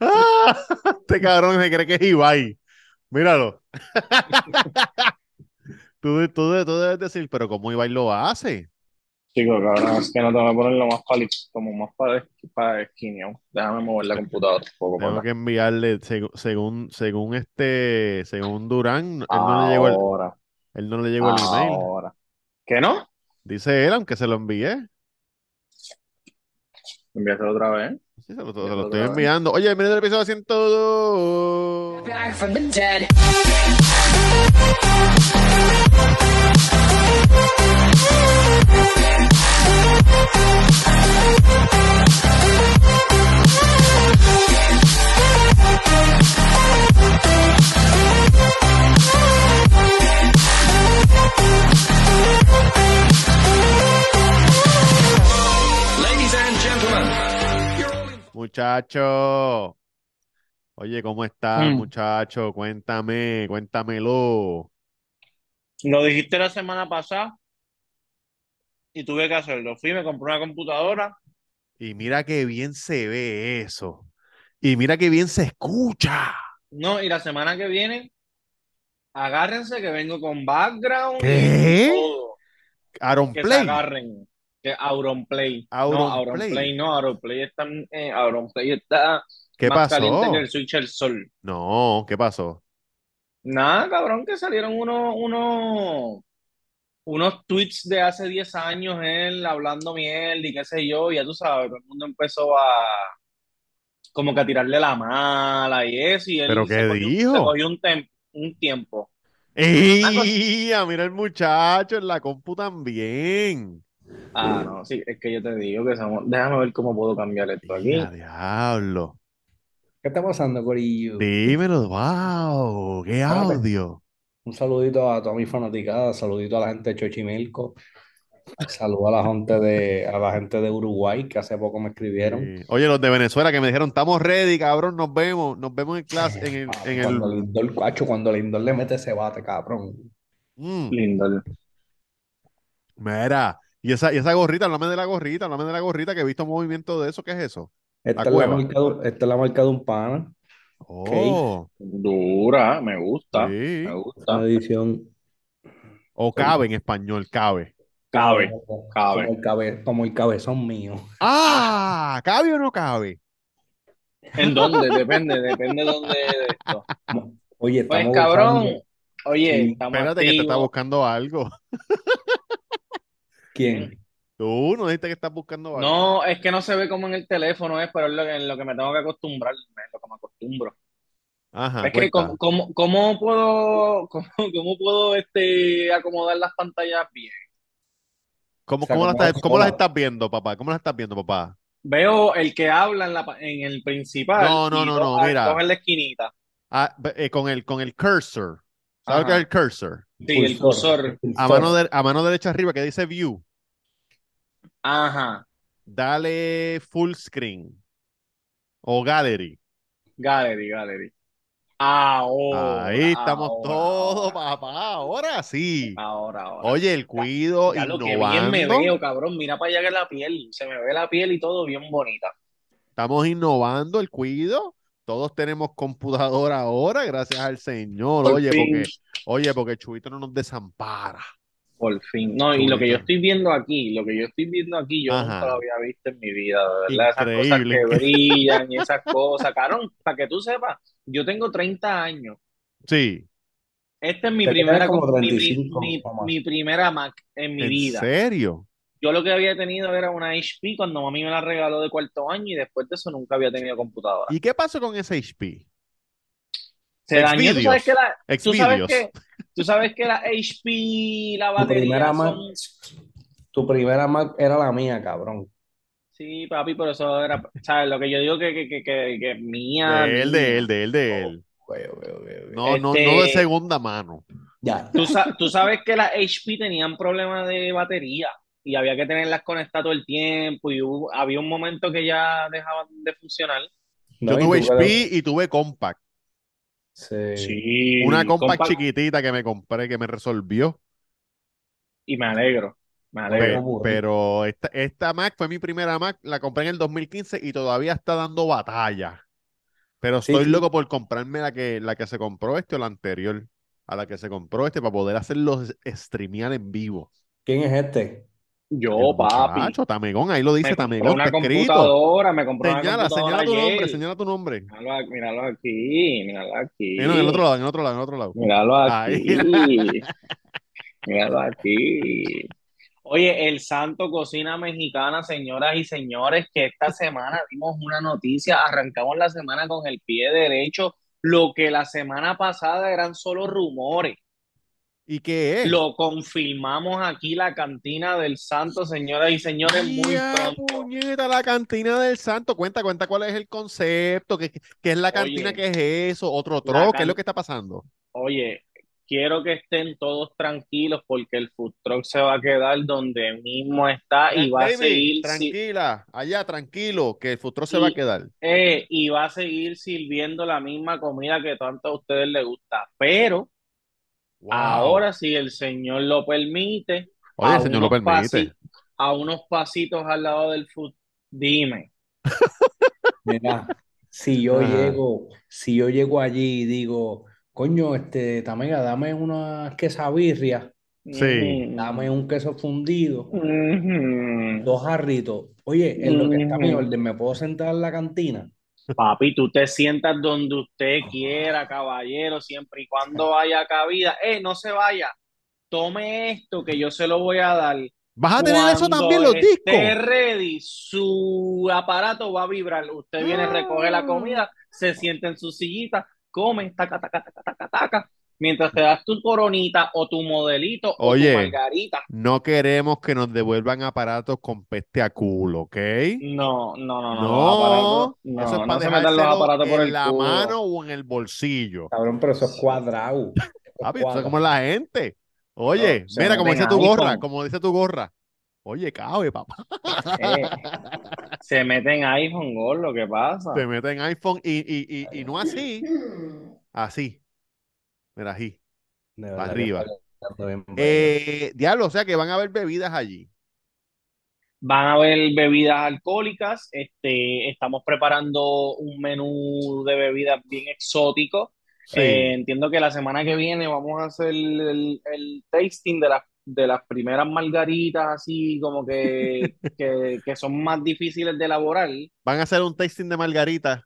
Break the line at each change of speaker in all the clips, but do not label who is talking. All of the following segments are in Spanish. Ah, este cabrón se cree que es Ibai. Míralo. Tú, tú, tú debes decir, pero ¿cómo Ibai lo hace?
Chico, cabrón, es que no te voy a ponerlo más pali- como más para, para esquinio. Déjame mover la computadora un poco.
Tengo
papá.
que enviarle, seg- según, según este, según Durán, él no le llegó el,
Ahora,
él no le llegó el
ah,
email.
ahora. ¿Qué no?
Dice él, aunque se lo envié.
Envíaselo otra vez.
Sí, se lo, se lo
Ya lo
estoy
grabé.
enviando. Oye, miren el episodio 102.
Back from the dead.
Ladies and gentlemen,
Muchacho. Oye, ¿cómo estás,
Mm.
muchacho? Cuéntame, cuéntamelo.
Lo dijiste la semana pasada y tuve que hacerlo. Fui, me compré una computadora.
Y mira qué bien se ve eso. Y mira qué bien se escucha.
No, y la semana que viene, agárrense que vengo con background.
¿Qué?
Y todo.
Aaron
Que se
Play.
agarren. Que Auronplay.
Auronplay.
No, Auronplay no, Auronplay está, eh, Auronplay está
¿Qué
más
pasó?
caliente que el Switch del sol.
No, ¿qué pasó?
Nada, cabrón, que salieron unos, unos, unos tweets de hace 10 años, él hablando miel y qué sé yo, y ya tú sabes, todo el mundo empezó a como que a tirarle la mala y eso, y él
¿Pero
se
qué
cogió- se
dijo?
cogió un, tem- un tiempo. Ah,
¡Ea! Mira el muchacho en la compu también.
Ah, no, sí, es que yo te digo que somos- déjame ver cómo puedo cambiar esto aquí.
¡Ea, diablo!
¿Qué está pasando, Corillo?
Dímelo, wow, qué
Espérate.
audio.
Un saludito a toda mi fanaticada, saludito a la gente de Chochimilco, saludo a la gente de, a la gente de Uruguay que hace poco me escribieron.
Sí. Oye, los de Venezuela que me dijeron, estamos ready, cabrón, nos vemos, nos vemos en clase, en el,
Ah,
en
cuando
el...
Lindor, cacho, cuando Lindor le mete ese bate, cabrón.
Mm,
Lindo.
mira, y esa, y esa gorrita, háblame de la gorrita, háblame de la gorrita, que he visto movimiento de eso, ¿qué es eso?
Esta
La
es la
cueva.
marca de, esta es la marca de un pana,
Oh,
Dura, me gusta,
sí.
me
una
gusta.
edición
O cabe en español, cabe.
Cabe.
como,
cabe.
como el cabe- como el cabezón mío.
¡Ah! ¿Cabe o no cabe?
¿En dónde? Depende, depende de dónde es esto.
Oye,
Pues
estamos
cabrón,
buscando-
oye,
Sí,
estamos
Espérate que te está
activos.
buscando algo.
¿quién?
Tú no dijiste que estás buscando algo.
No, es que no se ve como en el teléfono es, pero es lo que, en lo que me tengo que acostumbrar, es lo que me acostumbro.
Ajá,
Es que
Ah, cuenta.
¿cómo, cómo- cómo puedo, cómo, cómo puedo este, acomodar las pantallas bien?
¿Cómo,
O sea,
cómo las
como
estás, cómo las
sola.
estás viendo, papá? ¿Cómo las estás viendo, papá?
Veo el que habla en, la, pa- en el principal
No, no,
y
no,
dos-
no,
ah,
mira.
dos en la esquinita.
Ah, eh, con el, con el cursor. ¿Sabes lo que
Ajá.
es el cursor?
Sí, el cursor.
el
A
cursor.
mano, de- a mano derecha arriba que dice view,
Ajá,
dale full screen o gallery.
gallery, gallery. Oh, Ahora,
Ahí estamos
ahora,
todos,
ahora,
papá. Ahora sí.
ahora, ahora.
Oye, el cuido
Ya lo que bien
innovando.
me veo, cabrón. Mira para allá que la piel, se me ve la piel y todo bien bonita.
Estamos innovando el cuido. Todos tenemos computadora ahora, gracias al Señor.
Por
Oye,
fin,
porque, oye, porque Chuito no nos desampara.
por fin. No, y lo que yo
Bonita.
estoy viendo aquí, lo que yo estoy viendo aquí, yo
Ajá.
nunca lo había visto en mi vida, de verdad. Esas cosas
Increíble.
que brillan y esas cosas. Cabrón, para que tú sepas, yo tengo 30 años.
Sí,
Esta es mi
Te quedas
primera,
como
com- mi, pri-
35,
mi-
mamá.
mi primera Mac en mi
¿en
vida.
serio?
Yo lo que había tenido era una HP cuando mami me la regaló de cuarto año y después de eso nunca había tenido computadora.
¿Y qué pasó con ese HP?
Se dañó, tú
Xvideos.
sabes que la, Tú sabes
Xvideos.
que, tú sabes que la HP y la
Tu
batería
primera Mac,
son-
tu primera Mac era la mía, cabrón.
Sí, papi, pero eso era, ¿sabes? Lo que yo digo que, que, que, que, que es mía,
De él,
mía.
de él, de él, de él.
Güey, güey, güey, güey.
No, no, no
Este-
de segunda mano.
Ya.
Tú, sa- tú sabes que las HP tenían problemas de batería y había que tenerlas conectadas todo el tiempo y hubo- había un momento que ya dejaban de funcionar.
No,
Yo
y
tuve
tú que-
HP y tuve Compact.
Sí.
Sí,
Una compact,
compact,
chiquitita que me compré, que me resolvió.
Y me alegro. Me
Pe-
alegro.
Pero,
Pero-
esta, esta Mac fue mi primera Mac, la compré en el 2015 y todavía está dando batalla. Pero
Sí,
estoy
sí.
loco por comprarme la que, la que se compró este o la anterior a la que se compró este para poder hacer los streamear en vivo.
¿Quién es este?
Yo,
El
Oh, papi.
muchacho, Tamegón, ahí lo
Me
dice
compré
Tamegón,
una
está escrito.
computadora, me compré una
Señala, señala
computadora
tu nombre,
ayer.
señala tu nombre.
Míralo, aquí, míralo aquí, míralo aquí.
Eh, no, en el otro lado, en el otro lado, en el otro lado.
Míralo
Ahí.
aquí. Míralo aquí. Oye, el Santo Cocina Mexicana, señoras y señores, que esta semana dimos una noticia, arrancamos la semana con el pie derecho, lo que la semana pasada eran solo rumores.
¿Y qué es?
Lo confirmamos aquí, la cantina del Santo, señoras y señores, muy
¡Ya,
pronto.
puñeta, la cantina del santo. Cuenta, cuenta cuál es el concepto, qué, qué es la cantina,
Oye.
qué es eso, otro
La
tro, qué
can-
es lo que está pasando.
Oye, quiero que estén todos tranquilos porque el food truck se va a quedar donde mismo está y va a
Baby,
seguir si-
tranquila, allá, tranquilo, que el futuro se va a
Y-
quedar.
eh, y va a seguir sirviendo la misma comida que tanto a ustedes les gusta. Pero
Wow.
ahora, si el señor lo permite,
Oye,
a
el señor lo
unos
permite.
pasi- a unos pasitos al lado del food, dime,
Mira, si yo
Ajá.
llego, si yo llego allí y digo, coño, este, Tamega, dame una quesabirria,
Sí.
mm,
dame un queso fundido,
mhm.
dos jarritos. Oye, en lo que está mi
Mm.
Ujú.
orden, ¿me puedo sentar en la cantina?
Papi, tú te sientas donde usted quiera, caballero, siempre y cuando haya cabida. Eh, no se vaya. Tome esto que yo se lo voy a dar.
¿Vas a tener eso
Cuando este
también, los
esté
discos?
ready, su aparato va a vibrar. Usted viene, recoge la comida, se sienta en su sillita, come, taca, taca, taca, taca, taca, mientras te das tu coronita o tu modelito o tu
Oye.
margarita.
No queremos que nos devuelvan aparatos con peste a culo, ¿ok?
No, no, no, no, los aparatos,
No,
no,
eso es para
no se metan los
dejárselo
aparatos por
en
el
la
culo.
mano o en el bolsillo.
Cabrón, pero eso es cuadrado. Eso es
Papi, eso es
cuadrado.
como la gente. Oye,
No, se
mira, como dice
meten
tu
ahí
gorra,
con-
como dice tu gorra. Oye, cabe, papá.
Eh, se meten ahí, Jongol, lo que pasa.
Te meten iPhone y, y, y, y no así.
Hum.
Así. Mira, así.
De verdad que
arriba.
está quedando bien bello.
Eh, diablo, o sea que van a haber bebidas allí.
Van a haber bebidas alcohólicas. Este, estamos preparando un menú de bebidas bien exótico.
Sí.
Eh, entiendo que la semana que viene vamos a hacer el, el tasting de las, de las primeras margaritas, así como que, que, que son más difíciles de elaborar.
Van a hacer un tasting de margarita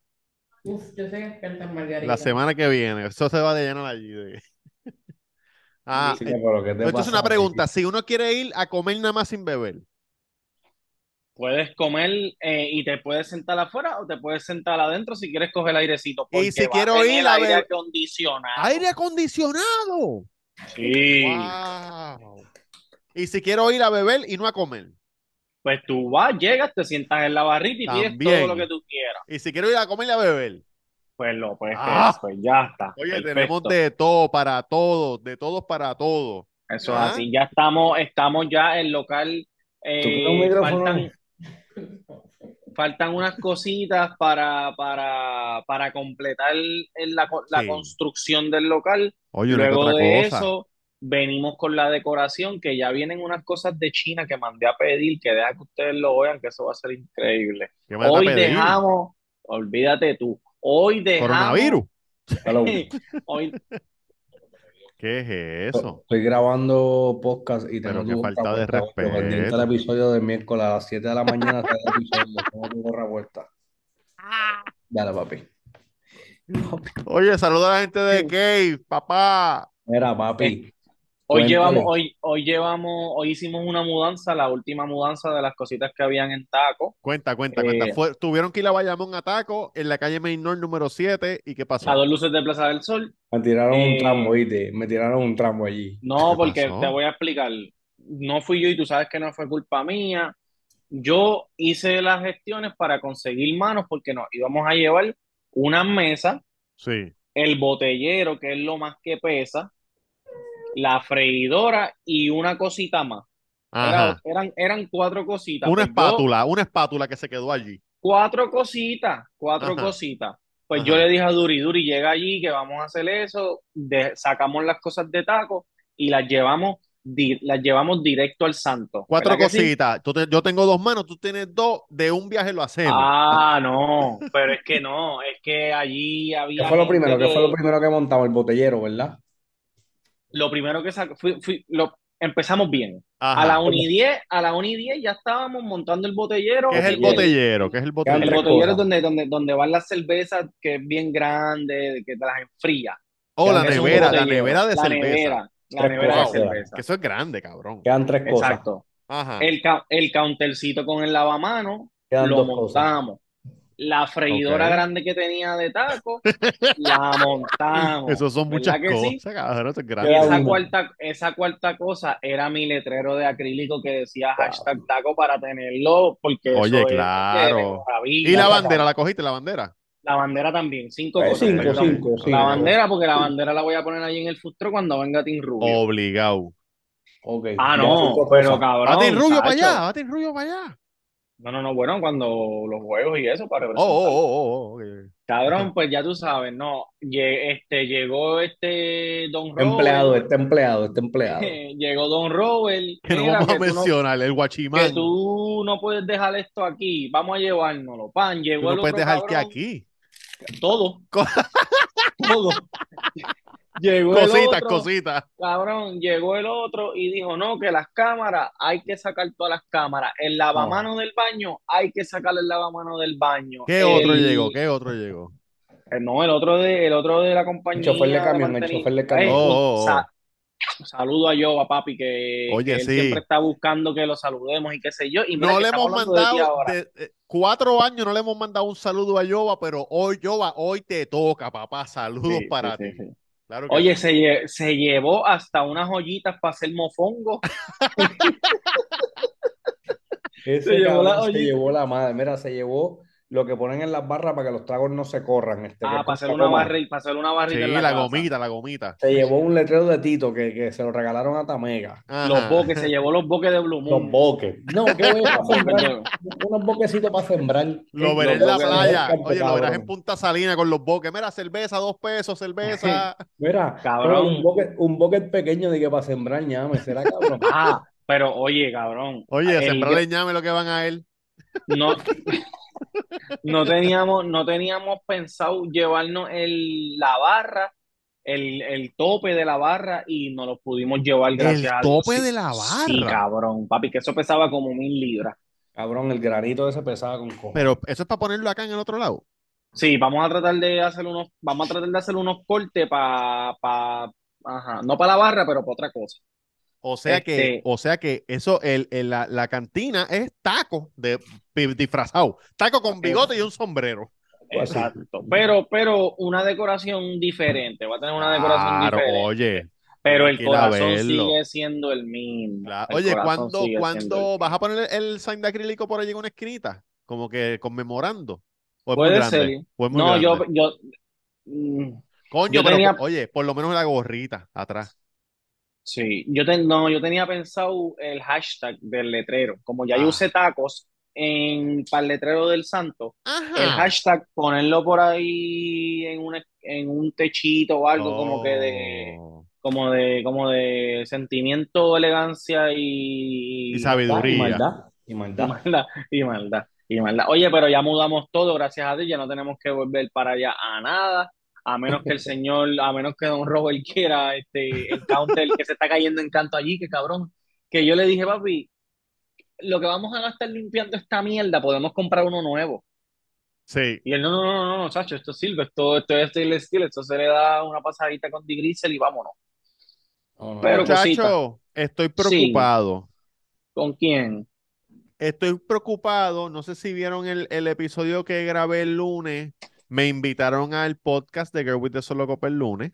Uf, yo sé que encantan
la
margaritas.
semana que viene. Eso se va de llenar allí. de- Ah,
Chica,
eh,
pero ¿qué te
pero esto es
pasa
una
a ti?
pregunta. Si uno quiere ir a comer nada más sin beber,
Puedes comer eh, y te puedes sentar afuera o te puedes sentar adentro si quieres coger airecito,
Y si
porque va a
quiero
tener
ir a
aire
ver-
acondicionado.
aire acondicionado.
Sí.
Wow. Y si quiero ir a beber y no a comer.
Pues tú vas, llegas, te sientas en la barrita y pides
También.
todo lo que tú quieras.
Y si quiero ir a comer y a beber.
Pues lo puedes
Ah.
pedir, pues ya está.
Oye,
Perfecto.
tenemos de todo para todos, de todos para todos.
Eso es
Ah.
así. Ya estamos, estamos ya en local.
¿Tú
eh,
quieres un micrófono?
faltan, faltan unas cositas para, para, para completar en la, co- la
Sí.
construcción del local.
Oye, una que
Luego
otra
de
cosa.
eso, venimos con la decoración, que ya vienen unas cosas de China que mandé a pedir, que deja que ustedes lo vean, que eso va a ser increíble.
¿Qué me vas a
Hoy
pedir?
dejamos, olvídate tú, hoy dejamos,
¿Coronavirus?
Hello.
hoy, Oh.
¿Qué es eso?
Estoy grabando podcast y
Pero
tengo
qué
tu gorra
falta de
puesta, Gocho, pendiente
respeto.
al episodio de miércoles a las 7 de la mañana. está el episodio, tengo tu gorra puesta.
Ah.
Dale, papi.
Oye, saluda a la gente de Cave, papá.
Mira, papi.
hoy
Cuéntale.
llevamos, hoy, hoy llevamos, hoy hicimos una mudanza, la última mudanza de las cositas que habían en Taco.
Cuenta, cuenta, cuenta.
Eh.
Fue- tuvieron que ir a Bayamón a Taco en la calle Mainor número 7. ¿Y qué pasó?
A dos luces de Plaza del Sol.
Me tiraron un
Eh,
tramo, ¿viste? Me tiraron un tramo allí.
No,
¿Qué
porque
pasó?
te voy a explicar. No fui yo y tú sabes que no fue culpa mía. Yo hice las gestiones para conseguir manos porque nos íbamos a llevar una mesa,
Sí.
el botellero, que es lo más que pesa, la freidora y una cosita más. Era-
Ajá.
eran, eran cuatro cositas.
Una
Pues yo-
espátula, una espátula que se quedó allí.
cuatro cositas, cuatro
Ajá.
cositas. Pues
Ajá.
yo le dije a Duri, Duri, llega allí que vamos a hacer eso, de- sacamos las cosas de taco y las llevamos di- las llevamos directo al santo.
Cuatro
¿verdad que sí?
cositas. Tú te- yo tengo dos manos, tú tienes dos. De un viaje lo hacemos.
Ah, no, pero es que no, es que allí había
¿Qué fue lo
gente
primero? ¿Qué
que-
fue lo primero que montamos? El botellero, ¿verdad?
lo primero que sacó, fui- fui- lo, empezamos bien.
Ajá.
A la 1 y 10, a la 1 y 10 ya estábamos montando el botellero.
¿Qué es el
Y
botellero? ¿Qué es el
El
Tres
botellero?
cosas.
botellero es donde, donde, donde van las cervezas, que es bien grande, que te las enfría.
Oh, la
Es un
nevera, la
botellero.
nevera de
La
cerveza.
nevera, la nevera de
cosas.
cerveza.
Que eso es grande, cabrón.
Quedan tres cosas.
Exacto.
Ajá.
El, ca- el countercito con el lavamano,
Quedan
lo
dos cosas.
montamos. La freidora
Ok.
grande que tenía de taco, la montamos.
Eso son
¿Verdad
muchas
que sí?
cosas, cabrón. Eso es
Y
grande.
Queda
esa
uno.
cuarta, esa cuarta cosa era mi letrero de acrílico que decía hashtag taco para tenerlo, porque
Oye,
eso es
claro.
de memorabil.
¿Y la bandera? ¿La cogiste, la bandera?
La bandera también, cinco
Pues
cosas.
cinco,
exactamente.
cinco,
La
cinco.
La bandera, porque la bandera la voy a poner ahí en el futuro cuando venga Team Rubio.
Obligado.
Ok,
ah,
ya
no,
cinco
pero
cosas.
cabrón.
Bate rubio para
chacho.
allá, bate rubio para allá.
No, no, no, bueno, cuando los juegos y eso para
Oh,
representar.
oh, oh, oh, oh, ok.
Cabrón, pues ya tú sabes, no. Lle- este, llegó este Don
Este
Robert.
empleado, este empleado, este empleado.
eh, llegó Don Robert.
Que no
mira,
vamos a
que tú no-
mencionar, el guachimán.
que tú no puedes dejar esto aquí, vamos a llevárnoslo. Pan,
Tú
llegó
no
el
puedes
otro
dejar que
cabrón,
aquí.
todo.
Co-
todo. Llegó el
Cositas,
otro,
cositas.
cabrón, llegó el otro y dijo, no, que las cámaras, hay que sacar todas las cámaras. El lavamano del baño, hay que sacar el lavamano del baño.
¿Qué
El-
otro llegó? ¿Qué otro llegó?
eh, No, el otro de, el otro de la compañía.
El chofer de camión, el
mantenimiento.
chofer de camión.
Eh,
Oh, oh, oh.
sa- Saludo a Yoba, papi, que,
Oye,
que él
sí.
siempre está buscando que lo saludemos y qué sé yo. Y mira
No
que
le
estamos
hemos
hablando de ti
mandado,
ahora.
de- eh, cuatro años no le hemos mandado un saludo a Yoba, pero hoy, Yoba, hoy te toca, papá. Saludos
Sí,
para
sí,
ti.
sí, sí.
Claro que
Oye,
sí.
se, lle- se llevó hasta unas joyitas para hacer mofongo. Ah,
Ese
Se llevó la
cabrón se
ollita.
llevó la madre. Mira, se llevó lo que ponen en las barras para que los tragos no se corran. Este, que
Ah,
es
para hacer
como
una
para
barrita, para hacer una
Sí,
barrita en la
la
casa.
gomita, la gomita.
Se llevó un letrero de Tito que, que se lo regalaron a Tamega.
Los
Ajá.
boques, se llevó los boques de Blue
Mm.
Los
Moon.
boques. No, qué voy a
Los boques
sembrar.
nuevos.
Unos boquecitos para sembrar.
Lo
Los
veré en la
boques de
playa.
Jorge,
Oye, lo verás
cabrón.
en Punta Salina con los boques. Mira, cerveza, dos pesos, cerveza.
Mira,
Cabrón.
un bucket, un bucket pequeño de que para sembrar ñame, será cabrón.
Ah, pero oye, cabrón,
Oye,
El-
sembrar leñame lo que van a él.
no, no teníamos, no teníamos pensado llevarnos el, la barra, el, el tope de la barra y nos lo pudimos llevar gracias a Dios.
tope
Sí,
de la
Sí,
barra.
cabrón, papi, que eso pesaba como mil libras.
Cabrón, el granito ese pesaba con cojo.
Pero eso es para ponerlo acá en el otro lado.
Sí, vamos a tratar de hacer unos, vamos a tratar de hacer unos cortes para, ajá, no para la barra, pero para otra cosa.
O sea que,
Este-
o sea que eso, el, el- la, la cantina es taco de pi- disfrazado. Taco con bigote y un sombrero. Pues
Así.
Eh, Exacto. Pero, pero una decoración diferente, va a tener una decoración
Claro,
diferente.
oye.
Pero el
hay que ir a
corazón
verlo.
sigue siendo el mismo.
Claro.
El
Oye,
corazón
¿cuándo,
sigue
cuándo
siendo el mismo.
vas a poner el, el sign de acrílico por allí en una esquinita? Como que conmemorando. ¿O es muy
Puede
grande?
ser. ¿eh?
¿O es muy
No, yo,
grande?
yo, mm,
Coño,
yo
pero
tenía-
oye, por lo menos la gorrita atrás.
sí, yo ten- no, yo tenía pensado el hashtag del letrero. Como ya yo
Ah.
usé tacos en, para el letrero del santo, el
Ajá.
hashtag ponerlo por ahí en un, en un techito o algo como que de,
Oh.
como de, como de sentimiento, elegancia y,
Y sabiduría.
Y maldad. Y
Y
maldad.
maldad, y maldad, y maldad. Oye, pero ya mudamos todo, gracias a Dios, ya no tenemos que volver para allá a nada, a menos que el señor, a menos que don Robert quiera este, el counter que se está cayendo en canto allí, que cabrón, que yo le dije, papi, lo que vamos a gastar limpiando esta mierda, podemos comprar uno nuevo.
Sí.
Y él, no, no, no, no, no, Sacho, esto sirve, esto, esto es el estilo, esto se le da una pasadita con digrisel y vámonos.
No, no,
Pero-
Muchacho, estoy preocupado.
¿Con quién?
Estoy preocupado. No sé si vieron el, el episodio que grabé el lunes. Me invitaron al podcast de Girl with the Solo Cop el lunes.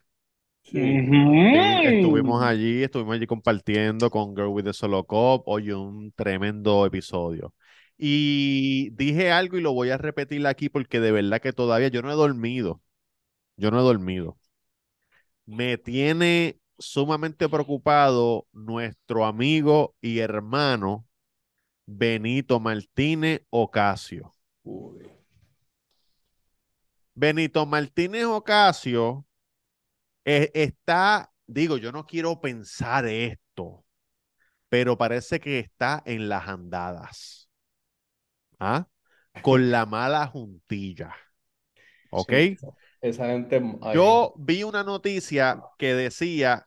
sí.
Sí,
Ujú.
Este, Estuvimos allí, estuvimos allí compartiendo con Girl with the Solo Cop. Oye, un tremendo episodio. Y dije algo y lo voy a repetir aquí porque de verdad que todavía yo no he dormido. Yo no he dormido. Me tiene sumamente preocupado nuestro amigo y hermano Benito Martínez Ocasio.
Uy.
Benito Martínez Ocasio eh, está, digo, yo no quiero pensar esto, pero parece que está en las andadas. ¿Ah? Con la mala juntilla. ¿Ok?
Sí, esa gente. ay,
Yo vi una noticia que decía,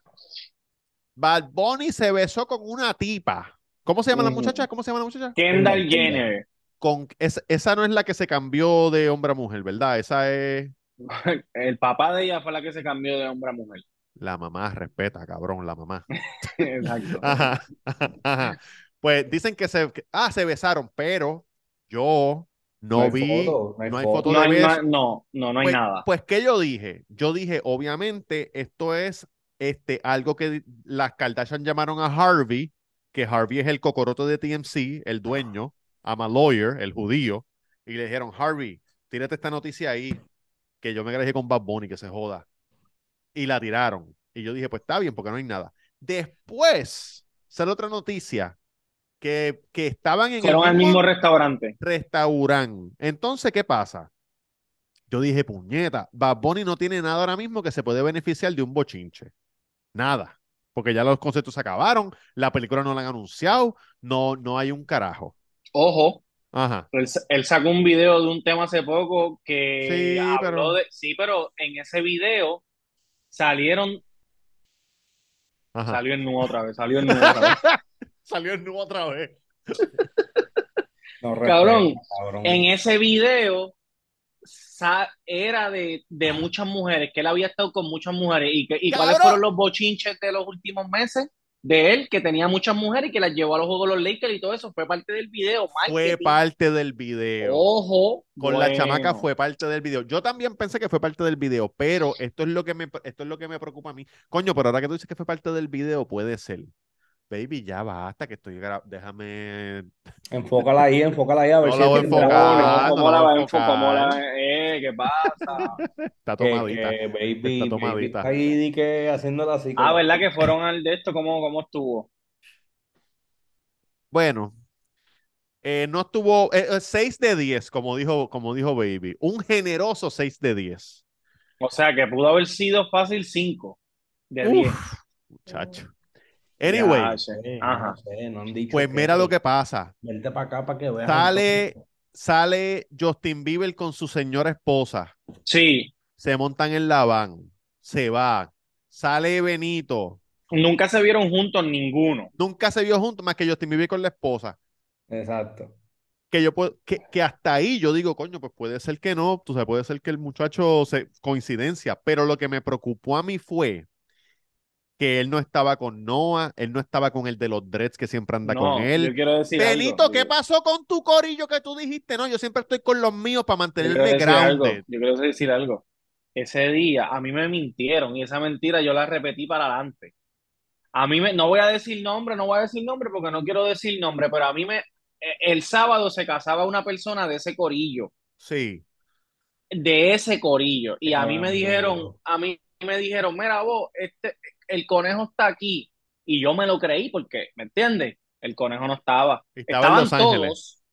Bad Bunny se besó con una tipa. ¿Cómo se llama la
Ujú.
muchacha? ¿Cómo se llama la muchacha?
Kendall
Kendall.
Jenner.
Con, es- esa no es la que se cambió de hombre a mujer, ¿verdad? Esa es
El papá de ella fue la que se cambió de hombre a mujer.
la mamá, respeta, cabrón, la mamá.
Exacto.
Ajá, ajá, ajá. Pues dicen que se, que- ah, se besaron, pero yo no
hay
vi,
foto, no hay
no hay
foto.
foto
No,
de
hay
beso.
ma- no, no, no hay
Pues,
nada.
pues, ¿qué yo dije? Yo dije, obviamente, esto es este, algo que di- las Kardashian llamaron a Harvey, que Harvey es el cocoroto de TMC, el dueño, I'm a lawyer, el judío, y le dijeron, Harvey, tírate esta noticia ahí, que yo me agradezco con Bad Bunny, que se joda. Y la tiraron. Y yo dije, pues está bien, porque no hay nada. Después sale otra noticia que, que estaban en
Fueron
el
al
mismo
mismo restaurante.
restaurante. Entonces, ¿qué pasa? Yo dije, puñeta, Bad Bunny no tiene nada ahora mismo que se puede beneficiar de un bochinche. Nada. Porque ya los conceptos se acabaron, la película no la han anunciado, no, no hay un carajo.
Ojo,
Ajá.
él, sa- él sacó un video de un tema hace poco que
Sí,
habló
pero-
de... Sí, pero en ese video salieron...
Ajá.
Salió el nu otra vez, salió el nu otra vez.
Salió el nuevo otra vez.
No
Cabrón,
respeta, cabrón.
En e- ese video sa- era de, de muchas mujeres, que él había estado con muchas mujeres. ¿Y, que, y cuáles
¡Cabrón!
fueron los bochinches de los últimos meses? De él, que tenía muchas mujeres y que las llevó a los juegos de los Lakers y todo eso. Fue parte del video.
Fue
marketing.
parte del video.
Ojo.
Con la
Oh, bueno.
chamaca fue parte del video. Yo también pensé que fue parte del video, pero esto es lo que me, esto es lo que me preocupa a mí. Coño, pero ahora que tú dices que fue parte del video, puede ser. Baby, ya basta que estoy gra- Déjame.
Enfócala ahí, enfócala ahí a ver
No
si
la voy a
entiende
No,
enfocar,
ahora.
no,
no
¿cómo
la
la
voy a
va a enfo- cómo la va-
enfocar.
eh, ¿qué pasa?
Está
Que-
tomadita.
que baby,
Está
baby
tomadita.
está ahí di que haciéndola así.
Ah,
como-
¿verdad que fueron al de esto? ¿Cómo, cómo estuvo?
Bueno, eh, no estuvo. 6 de 10, como dijo, como dijo Baby. Un generoso 6 de 10.
O sea, que pudo haber sido fácil 5 de
Uf,
10.
Muchacho. Anyway,
Ya,
No sé,
Ajá.
no sé, no han dicho
pues
que-
mira lo que pasa.
Vente para acá para que veas.
Sale, sale Justin Bieber con su señora esposa.
Sí,
se montan en la van, se va, sale Benito,
nunca se vieron juntos ninguno.
nunca se vio juntos más que Justin Bieber con la esposa,
Exacto.
que yo puedo, que, que hasta ahí yo digo, coño, pues puede ser que no, tú sabes, puede ser que el muchacho se coincidencia, pero lo que me preocupó a mí fue que él no estaba con Noah, él no estaba con el de los dreads que siempre anda
No,
con
yo
él.
quiero decir
Benito,
algo.
¿qué
Yo-
pasó con tu corillo que tú dijiste? No, yo siempre estoy con los míos para
yo quiero
mantenerme
decir algo,
grounded.
yo quiero decir algo. Ese día a mí me mintieron y esa mentira yo la repetí para adelante. A mí me, no voy a decir nombre, no voy a decir nombre porque no quiero decir nombre, pero a mí me, eh, el sábado se casaba una persona de ese corillo,
Sí,
de ese corillo. Y a mí me
Ay,
dijeron,
Dios.
a mí me dijeron, mira vos, este, el conejo está aquí. Y yo me lo creí porque, ¿me entiendes? El conejo no estaba.
estaba en
Estaban
Los Ángeles.
todos,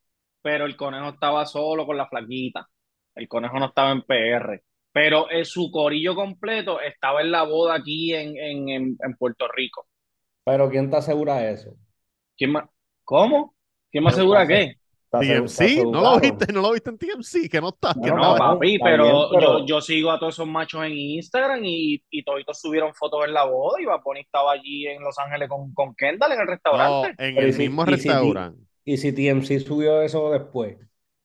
pero el conejo estaba solo con la flaquita. El conejo no estaba en PR. Pero eh, su corillo completo estaba en la boda aquí en, en- en- en Puerto Rico.
Pero ¿quién te asegura eso?
¿Quién más? ¿Cómo? ¿Quién me asegura qué?
¿Te asegu- te
TMC, ¿no lo
aseguraron?
viste? ¿No lo viste en TMC? Que no está, que
No,
No,
no.
no,
papi,
está
pero,
bien, pero-
Yo, yo sigo a todos esos machos en Instagram y, y toditos subieron fotos en la boda y Bad Bunny estaba allí en Los Ángeles con, con Kendall en el
No,
restaurante.
en
Pero
el
y si-
mismo
y si di-
restaurante.
¿Y si TMC subió eso después?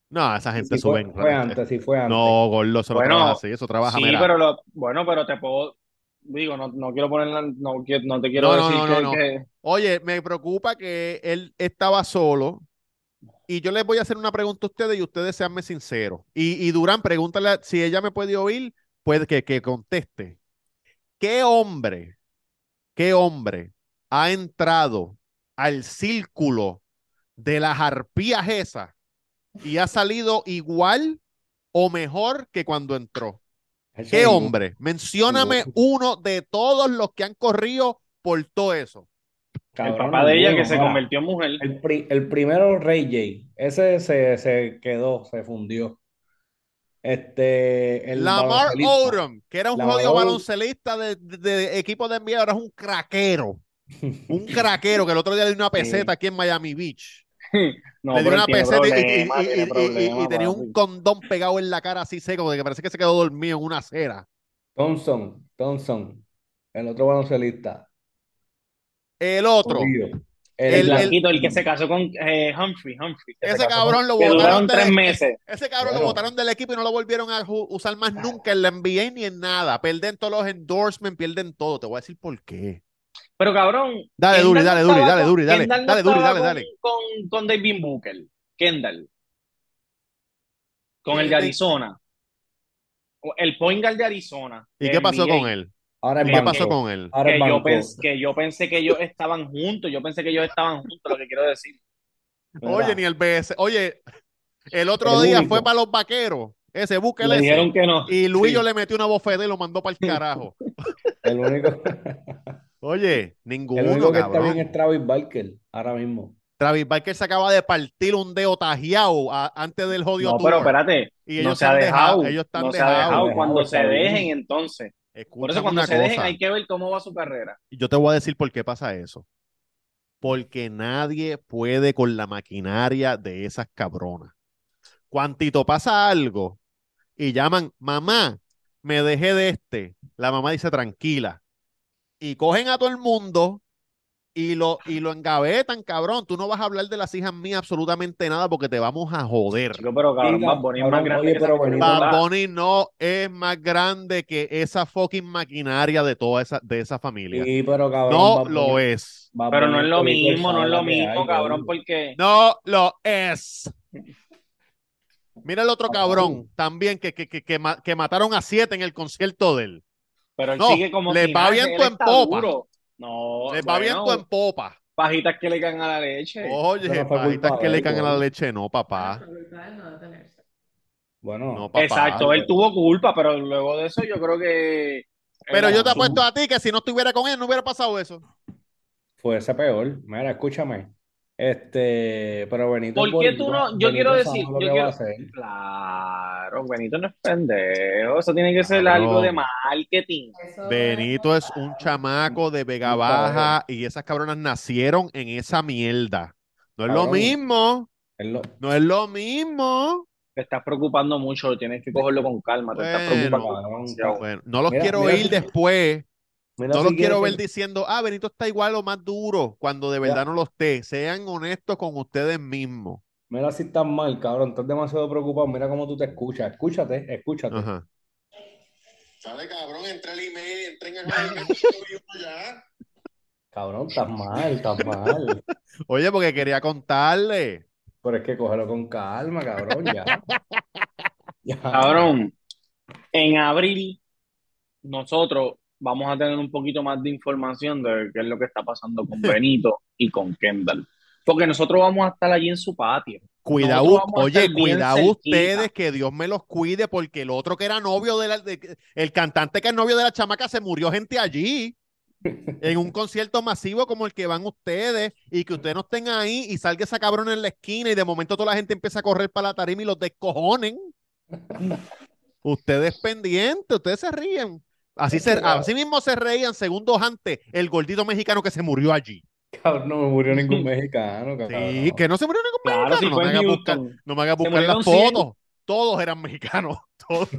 No, esa gente
si
sube
fue,
en
fue antes, si fue antes.
No, Gordo, eso
Bueno,
no trabaja así, eso trabaja
Sí,
mira.
pero lo, bueno, pero te puedo, digo, no, no quiero poner, la- no, qui- no te quiero
No, no,
decir
no, no,
que-
no.
que,
Oye, me preocupa que él estaba solo. Y yo les voy a hacer una pregunta a ustedes y ustedes seanme sinceros. Y, y Durán, pregúntale a- si ella me puede oír, pues que, que conteste. ¿Qué hombre, qué hombre ha entrado al círculo de las arpías esas y ha salido igual o mejor que cuando entró?
Eso
¿Qué
ninguno.
hombre? Mencióname uno de todos los que han corrido por todo eso.
Cabrón,
el papá de ella
ninguno,
que se
ahora.
convirtió en mujer.
El, pri- el primero Ray J, ese se, se quedó, se fundió. Este, el
Lamar
baloncelista.
Odom, que era un
Lamar
jodido
Odom.
baloncelista de, de- de equipo de NBA, ahora es un craquero. Un craquero que el otro día le dio una peseta aquí en Miami Beach.
No,
le dio
pero
una
tiene
peseta y- y-
problema,
y, y-
tiene
y- y-
problema,
y tenía un
papi.
condón pegado en la cara así seco, de que parece que se quedó dormido en una acera.
Thompson, Thompson, el otro baloncelista.
El otro,
Jodido.
El-
El,
El
el-
blanquito, el que se casó con eh, Humphrey, Humphrey. que se
Ese
casó con-
cabrón lo
Que
botaron
duraron
de-
tres meses.
ese cabrón lo
Bueno.
botaron del equipo y no lo volvieron a ju- usar más nunca en la NBA ni en nada. Pierden todos los endorsements, pierden todo. Te voy a decir por qué.
Pero cabrón.
Dale,
Kendall
Duri,
no
dale,
estaba
Duri, dale,
con-
Duri, dale,
Kendall no
dale, Duri,
estaba
dale, dale.
Con, con, con David Booker. Kendall. Con el de
Eh, eh.
Arizona. O- El point guard de Arizona.
¿Y
de
qué pasó
NBA,
con él?
ahora
¿Y
el
qué
banco.
pasó con él?
Ahora el
Que yo,
banco.
pens- que yo pensé que ellos estaban juntos. Yo pensé que ellos estaban juntos, lo que quiero decir.
Mira,
Oye, ni el BS. Oye, el otro
El
día
único.
fue para los vaqueros. Ese, búsquelo
Le
ese.
dijeron que no.
Y Luis
Sí.
le metió una bofetada y lo mandó para el carajo.
el único,
Oye,
el
ninguno,
único que está
cabrón.
bien es Travis Barker ahora mismo.
Travis Barker se acaba de partir un dedo tajeado a- antes del jodido
No, pero
tour.
espérate.
Y
no
ellos
se
han
ha
dejado,
dejado.
ellos están
no se ha
dejados.
dejado.
Dejado,
Cuando se
está bien.
dejen, entonces. Por eso
Escúchame
cuando
una
se dejen
cosa.
hay que ver cómo va su carrera.
Yo te voy a decir por qué pasa eso. Porque nadie puede con la maquinaria de esas cabronas. Cuantito pasa algo y llaman, mamá, me dejé de este. La mamá dice, tranquila. Y cogen a todo el mundo y lo, y lo engavetan, cabrón. Tú no vas a hablar de las hijas mías absolutamente nada porque te vamos a joder.
Chico, pero cabrón,
Diga,
Bad Bunny es más
cabrón,
grande
oye,
que esa
pero
película.
venimos
Bad Bunny no es más grande que esa fucking maquinaria de toda esa, de esa familia.
Sí, pero cabrón.
No lo es.
Pero no es lo mismo, no es lo mismo, cabrón, porque
No lo es. Mira el otro cabrón también que, que, que, que ma- que mataron a siete en el concierto de él.
pero él
No,
sigue como
le
si
va
nada,
viento
él
en
está
popa.
duro. No,
Le va Oh,
bueno,
viento en popa.
pajitas que le caen a la leche.
Eso
Oye,
no fue
pajitas
culpa
que
de
le
él,
caen a la
cabrón.
leche, no,
Ah,
papá.
por culpa de no detenerse.
Bueno,
No, papá.
Exacto, él tuvo culpa, pero luego de eso yo creo que
Pero
era
yo te
su-
apuesto a ti que si no estuviera con él, no hubiera pasado eso.
fuese peor. Mira, escúchame. Este, pero Benito.
¿Por
es
qué
boricua,
tú no? Yo
Benito
quiero
sabe
decir,
lo
yo
que
quiero-
va a hacer.
Claro, Benito no es pendejo, eso tiene que ser
Cabrón.
algo de marketing.
Eso
Benito es un chamaco de Vega
Un
Baja y esas cabronas nacieron en esa mierda. No es lo
Cabrón.
mismo,
Él lo-
no es lo mismo.
Te estás preocupando mucho, tienes que cogerlo con calma, te estás
Bueno.
preocupando
Cabrón,
demasiado.
Bueno, no los
Mira,
quiero
mira
oír
si-
después.
Mira
No
si
los
quiere
quiero ver
que-
diciendo, ah, Benito está igual o más duro, cuando de verdad no lo esté. Sean honestos con ustedes mismos.
Mira si estás mal, cabrón. Estás demasiado preocupado. Mira cómo tú te escuchas. Escúchate, escúchate.
Ajá.
Dale, cabrón, entré al email, entré en el juego ya.
Cabrón, estás mal, estás mal.
Oye, porque quería contarle.
Pero es que cógelo con calma, cabrón, ya. Ya.
Cabrón, en abril nosotros vamos a tener un poquito más de información de qué es lo que está pasando con Benito y con Kendall. Porque nosotros vamos a estar allí en su patio.
Cuidado,
Nosotros vamos a
oye,
estar bien
cuidado
cerquita.
ustedes, que Dios me los cuide, porque el otro que era novio de la, de- el cantante que es novio de la chamaca se murió gente allí, en un concierto masivo como el que van ustedes, y que ustedes no estén ahí y salga esa cabrona en la esquina y de momento toda la gente empieza a correr para la tarima y los descojonen. ustedes pendientes, ustedes se ríen. Así, se- así mismo se reían segundos antes el gordito mexicano que se murió allí.
Cabrón, no me murió ningún mexicano, cabrón.
Sí, que no se murió ningún
Claro, si
mexicano, no
fue
me
en
hagas buscar-
Houston.
no me hagas
Se
buscar las
murieron cien.
fotos. Todos eran mexicanos. Todos,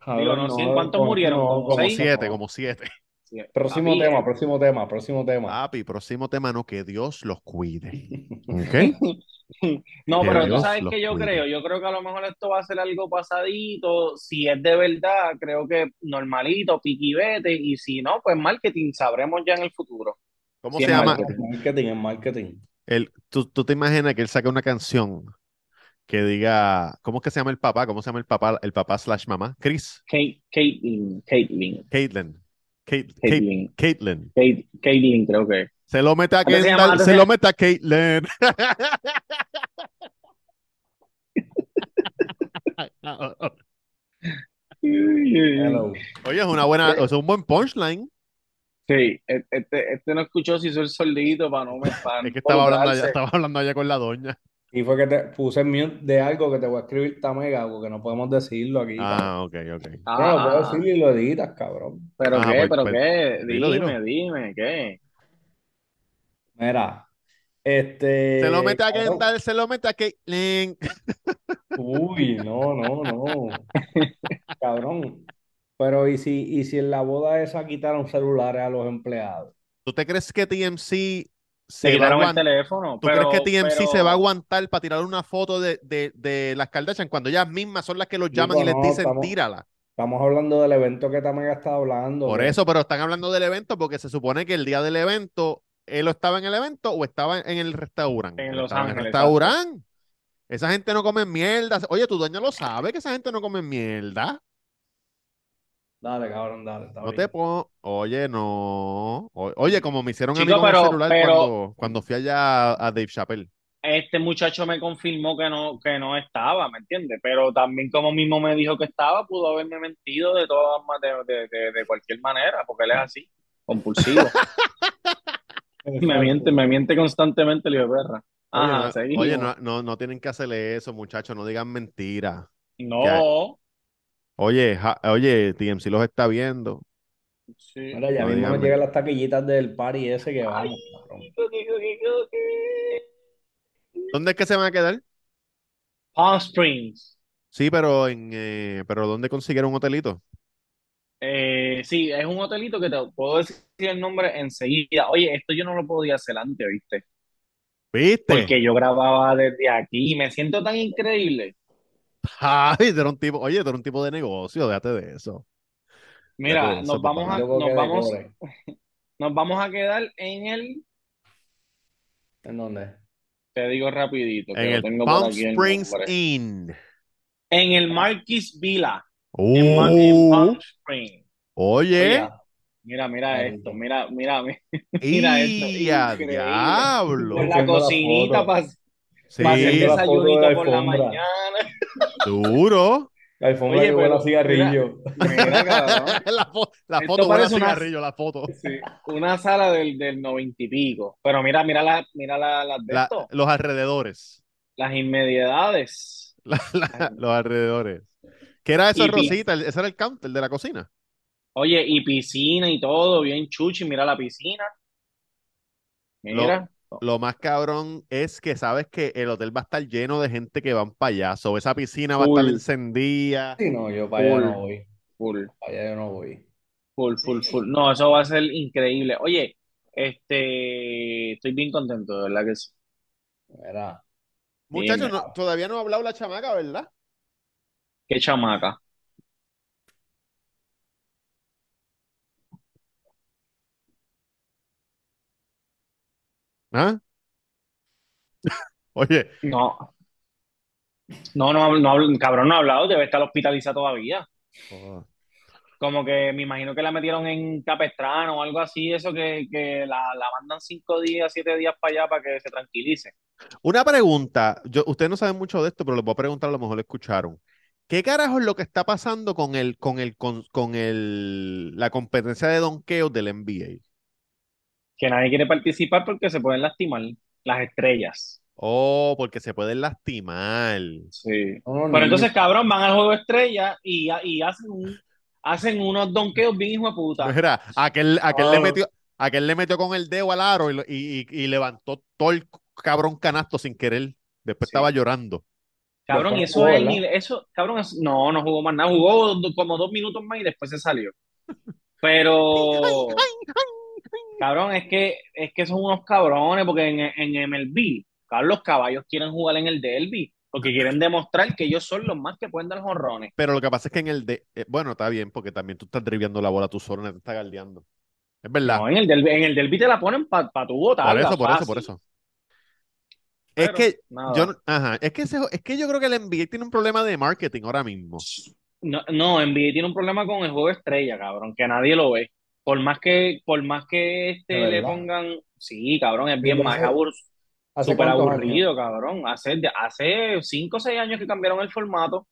Cabrón,
Digo, no sé en cuántos
con-
murieron,
no,
como
como
seis.
siete, como siete.
Sí,
Próximo
papi,
tema, próximo tema, próximo tema.
Papi, próximo tema, no, que Dios los cuide. ¿Ok?
No,
Que
pero tú
Dios
sabes
los
que yo
cuide.
creo, yo creo que a lo mejor esto va a ser algo pasadito, si es de verdad, creo que normalito, piqui vete, y si no, pues marketing, sabremos ya en el futuro.
¿Cómo
Sí,
se llama?
Marco.
Marketing, en marketing.
El, ¿tú, tú te imaginas que él saque una canción que diga, ¿cómo es que se llama el papá? ¿Cómo se llama el papá? El papá slash mamá. Chris,
Kate- Caitlyn, Caitlyn,
Caitlyn. Kate- Kate-
Caitlyn,
Caitlyn.
Kate- Caitlyn, creo que. es.
Se lo mete a
Antes se
Kendall,
llamaba- antes
se
se-
lo mete a Caitlyn.
Hello.
Oye, es una buena, es un buen punchline.
Sí, este, este no escuchó si hizo el soldito para no me para no
Es que estaba hablando allá,
involucrarse.
estaba hablando allá con la doña.
Y fue que te puse en mute de algo que te voy a escribir Tamega, porque no podemos decirlo aquí.
Ah, ok, ok.
No, lo puedo
Ah,
decir y lo editas, cabrón.
pero
Ah,
qué,
pues,
pero
pues,
qué,
dilo, dilo.
dime, dime, qué.
Mira, este.
Se lo mete a
cabrón,
Kendall, se lo mete a Caitlyn.
Uy, no, no, no. Cabrón. Pero, ¿y si, y si en la boda esa quitaron celulares a los empleados?
¿Tú te crees que TMC
Se
se va a
quitaron el
aguantar?
teléfono,
¿Tú crees
pero,
que TMC se va a
pero-
aguantar para tirar una foto de, de, de las Kardashian cuando ellas mismas son las que los llaman
Digo,
y les
no,
dicen
estamos-
tírala?
Estamos hablando del evento que Tamega está hablando.
Por
que-
eso, pero están hablando del evento porque se supone que el día del evento, él o estaba en el evento o estaba en el restaurante.
En
Él
Los
estaba en el
Ángeles, exacto.
restaurante. Esa gente no come mierda. Oye, tu dueño lo sabe que esa gente no come mierda.
Dale, cabrón, dale, está
No
bien.
te pongo. Oye, no. O- Oye, como me hicieron a mí
Chico,
con el
pero-
celular
pero-
cuando, cuando fui allá a, a Dave Chappelle.
Este muchacho me confirmó que no, que no estaba, ¿me entiendes? Pero también como mismo me dijo que estaba, pudo haberme mentido de todas ma- de, de, de, de cualquier manera, porque él es así, compulsivo. Me
Exacto.
miente, me miente constantemente el hijo de perra.
Oye,
Ajá,
no-
seguimos.
oye, no, no, no tienen que hacerle eso, muchachos. No digan mentiras.
No.
Oye, ja- oye, TMC los está viendo.
Sí.
Mira, ya
No
mismo
digan
nos llegan las taquillitas del party ese que vamos, cabrón.
¿Dónde es que se van a quedar?
Palm Springs.
Sí, pero en, eh, pero ¿dónde consiguieron un hotelito?
Eh, sí, es un hotelito que te puedo decir el nombre enseguida. Oye, esto yo no lo podía hacer antes, ¿viste?
¿Viste?
Porque yo grababa desde aquí y me siento tan increíble.
Ay, tú eres un tipo, oye, tú eres un tipo de negocio, déjate de eso. Ya
Mira,
te- eso,
nos vamos
papá.
a,
Loco que
nos vamos,
decore.
nos vamos a quedar en el,
¿En dónde?
te digo rapidito, que
En
lo
el
tengo por
Palm
aquí el
Springs
nombre.
Inn.
En el Marquis Villa, en, Mar- en
Uh,
Palm Springs.
oye,
Oye, mira, mira
Ahí.
esto, mira, mira, mira, mira esto,
y a
increíble.
diablo.
Con la
Entiendo la
cocinita
foto.
para
Sí,
hacer
Haciendo la foto de
desayunito
la
por la
alfombra.
mañana.
duro.
La alfombra
Oye,
que huele a
pero-
cigarrillo.
Mira, cabrón.
La, fo- la
Esto
foto huele a
parece una-
cigarrillo, la foto.
Sí, una sala del, del noventa y pico. Pero mira, mira la, mira la, las de
La-
esto,
los alrededores.
las inmediedades.
La- la- los alrededores. ¿Qué era eso,
Y pi-
Rosita? ¿Ese era el counter de la cocina?
Oye, y piscina y todo, bien chuchi, mira la piscina.
Lo-
Mira.
Lo más cabrón es que sabes que el hotel va a estar lleno de gente que van para allá. So, esa piscina va a estar
Full.
encendida.
Sí, no, yo para allá
Full.
no voy.
Full,
Para allá yo no voy.
full, full, full. No, eso va a ser increíble. Oye, este, estoy bien contento, de verdad que sí.
Mira,
Muchachos,
Dime.
no- todavía no ha hablado la chamaca, ¿verdad?
Qué chamaca.
¿Ah? Oye,
No. No, no, no, hablo- cabrón, no ha hablado, debe estar hospitalizada todavía. Oh. Como que me imagino que la metieron en Capestrano o algo así, eso que, que la, la mandan cinco días, siete días para allá para que se tranquilice.
una pregunta. Yo, ustedes no saben mucho de esto, pero les voy a preguntar, a lo mejor lo escucharon. ¿Qué carajo es lo que está pasando con el, con el, con, con el, la competencia de donqueo del NBA?
Que nadie quiere participar porque se pueden lastimar las estrellas.
Oh, porque se pueden lastimar.
Sí.
no, no,
Pero entonces,
niño.
cabrón, van al juego de estrella y, y hacen un- hacen unos donkeos bien hijo de puta.
Mira, aquel, aquel le
Ah.
metió, aquel le metió con el dedo al aro y, lo- y- y- y levantó todo el cabrón canasto sin querer. Después
Sí.
estaba llorando.
Cabrón, y
Después
eso
jugó,
es
¿verdad?
ni- eso, cabrón, es- no, no jugó más nada, jugó do- como dos minutos más y después se salió. Pero, cabrón, es que, es que son unos cabrones, porque en, en MLB, cabrón, los caballos quieren jugar en el derby, porque quieren demostrar que ellos son los más que pueden dar jonrones.
Pero lo que pasa es que en el de, eh, bueno, está bien, porque también tú estás driviando la bola tú solo, no te estás galdeando. Es verdad.
No, en el derby, en el derby te la ponen para tu
por
botarla,
eso, por eso, por
fácil.
eso.
Pero, ah.
es que
nada.
yo, no- ajá, es que ese- es que yo creo que el NBA tiene un problema de marketing ahora mismo.
No, no, NBA tiene un problema con el juego de estrella, cabrón, que nadie lo ve. Por más que, por más que
¿De
este
verdad?
le pongan, sí, cabrón, es bien
pero
más
hace-
abur-
¿Hace
súper
cuántos años?
aburrido, cabrón. Hace, de- hace cinco o seis años que cambiaron el formato,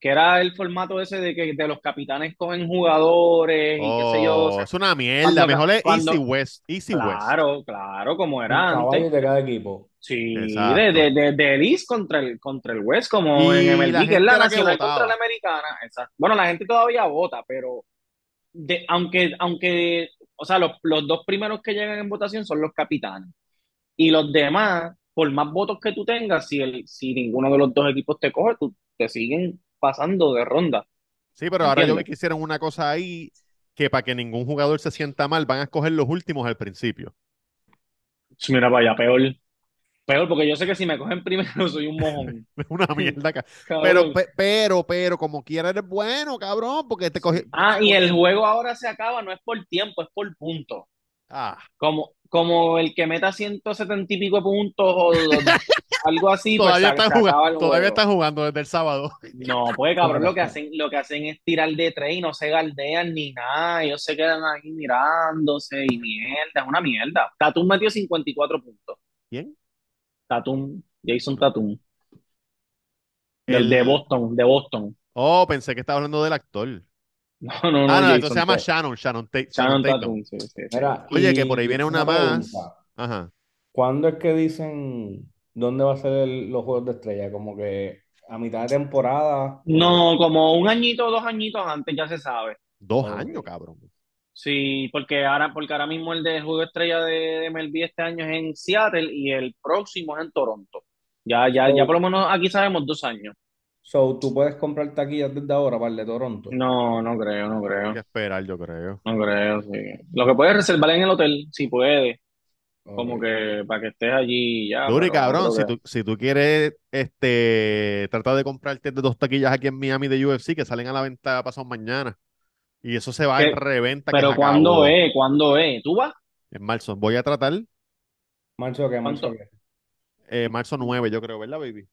que era el formato ese de que de los capitanes cogen jugadores y qué sé yo. o
Oh,
sea,
es una mierda.
cuando-
Mejor es
cuando-
pues.
Easy West, Easy West.
claro, claro, como
Un
era
caballo
antes.
de cada equipo.
Sí,
Exacto.
de, de, de, del East contra el, contra el West, como
Y
en
la
MLB, que
gente
es la
era que
nacional
votaba.
contra la americana. Exacto. Bueno, la gente todavía vota, pero de, aunque, aunque, o sea, los, los dos primeros que llegan en votación son los capitanes. Y los demás, por más votos que tú tengas, si, el, si ninguno de los dos equipos te coge, tú, te siguen pasando de ronda.
Sí, pero ahora yo vi
Entiendo.
que hicieron una cosa ahí que para que ningún jugador se sienta mal, van a escoger los últimos al principio.
Sí, Mira, vaya, peor. Peor, porque yo sé que si me cogen primero soy un mojón.
Es una mierda. ca-
Cabrón.
Pero, pe- pero, pero, como quiera eres bueno, cabrón, porque te cogí.
Ah, y el juego ahora se acaba, no es por tiempo, es por punto.
Ah,
Como, como el que meta 170 y pico de puntos o algo así, pues
todavía
se-
están
se acaba
jugando,
el
todavía
juego.
están jugando desde el sábado.
No, pues cabrón, lo que hacen, lo que hacen es tirar de tres y no se galdean ni nada. Ellos se quedan ahí mirándose y mierda, es una mierda. Tatum metió 54 puntos.
¿Quién?
Tatum, Jason Tatum, del
El-
de Boston, de Boston.
Oh, pensé que estaba hablando del actor.
No, no, no,
ah, no,
Jason
entonces se llama
Tatum.
Shannon, Shannon, Ta- Shannon
Shannon
Tatum.
Tatum, sí, sí, sí.
Mira,
Oye,
y
que por ahí viene una más.
pregunta,
Ajá.
¿Cuándo es que dicen dónde va a ser el- los Juegos de Estrella? Como que a mitad de temporada.
No, como un añito o dos añitos antes ya se sabe.
Dos
Ok.
años, cabrón.
Sí, porque ahora, porque ahora mismo el de juego estrella de, de MLB este año es en Seattle y el próximo es en Toronto. Ya, ya,
Oh.
ya por lo menos aquí sabemos dos años.
So, tú puedes comprar taquillas desde ahora para el de Toronto.
No, no creo, no creo,
Hay que esperar, yo creo.
no creo, sí. Lo que puedes reservar en el hotel, si puedes,
Ok.
como que para que estés allí y ya,
Duri,
pero no
cabrón,
creo
si
que-
tú, si tú quieres este, tratar de comprarte dos taquillas aquí en Miami de UFC que salen a la venta pasado mañana. Y eso se va
¿Qué?
en reventa. que
Pero
se
¿cuándo
acabó.
es? ¿Cuándo es? ¿Tú vas?
En marzo. Voy a tratar
¿Marzo qué? ¿Marzo
¿Cuánto?
qué?
eh, marzo 9, yo creo, ¿verdad, baby?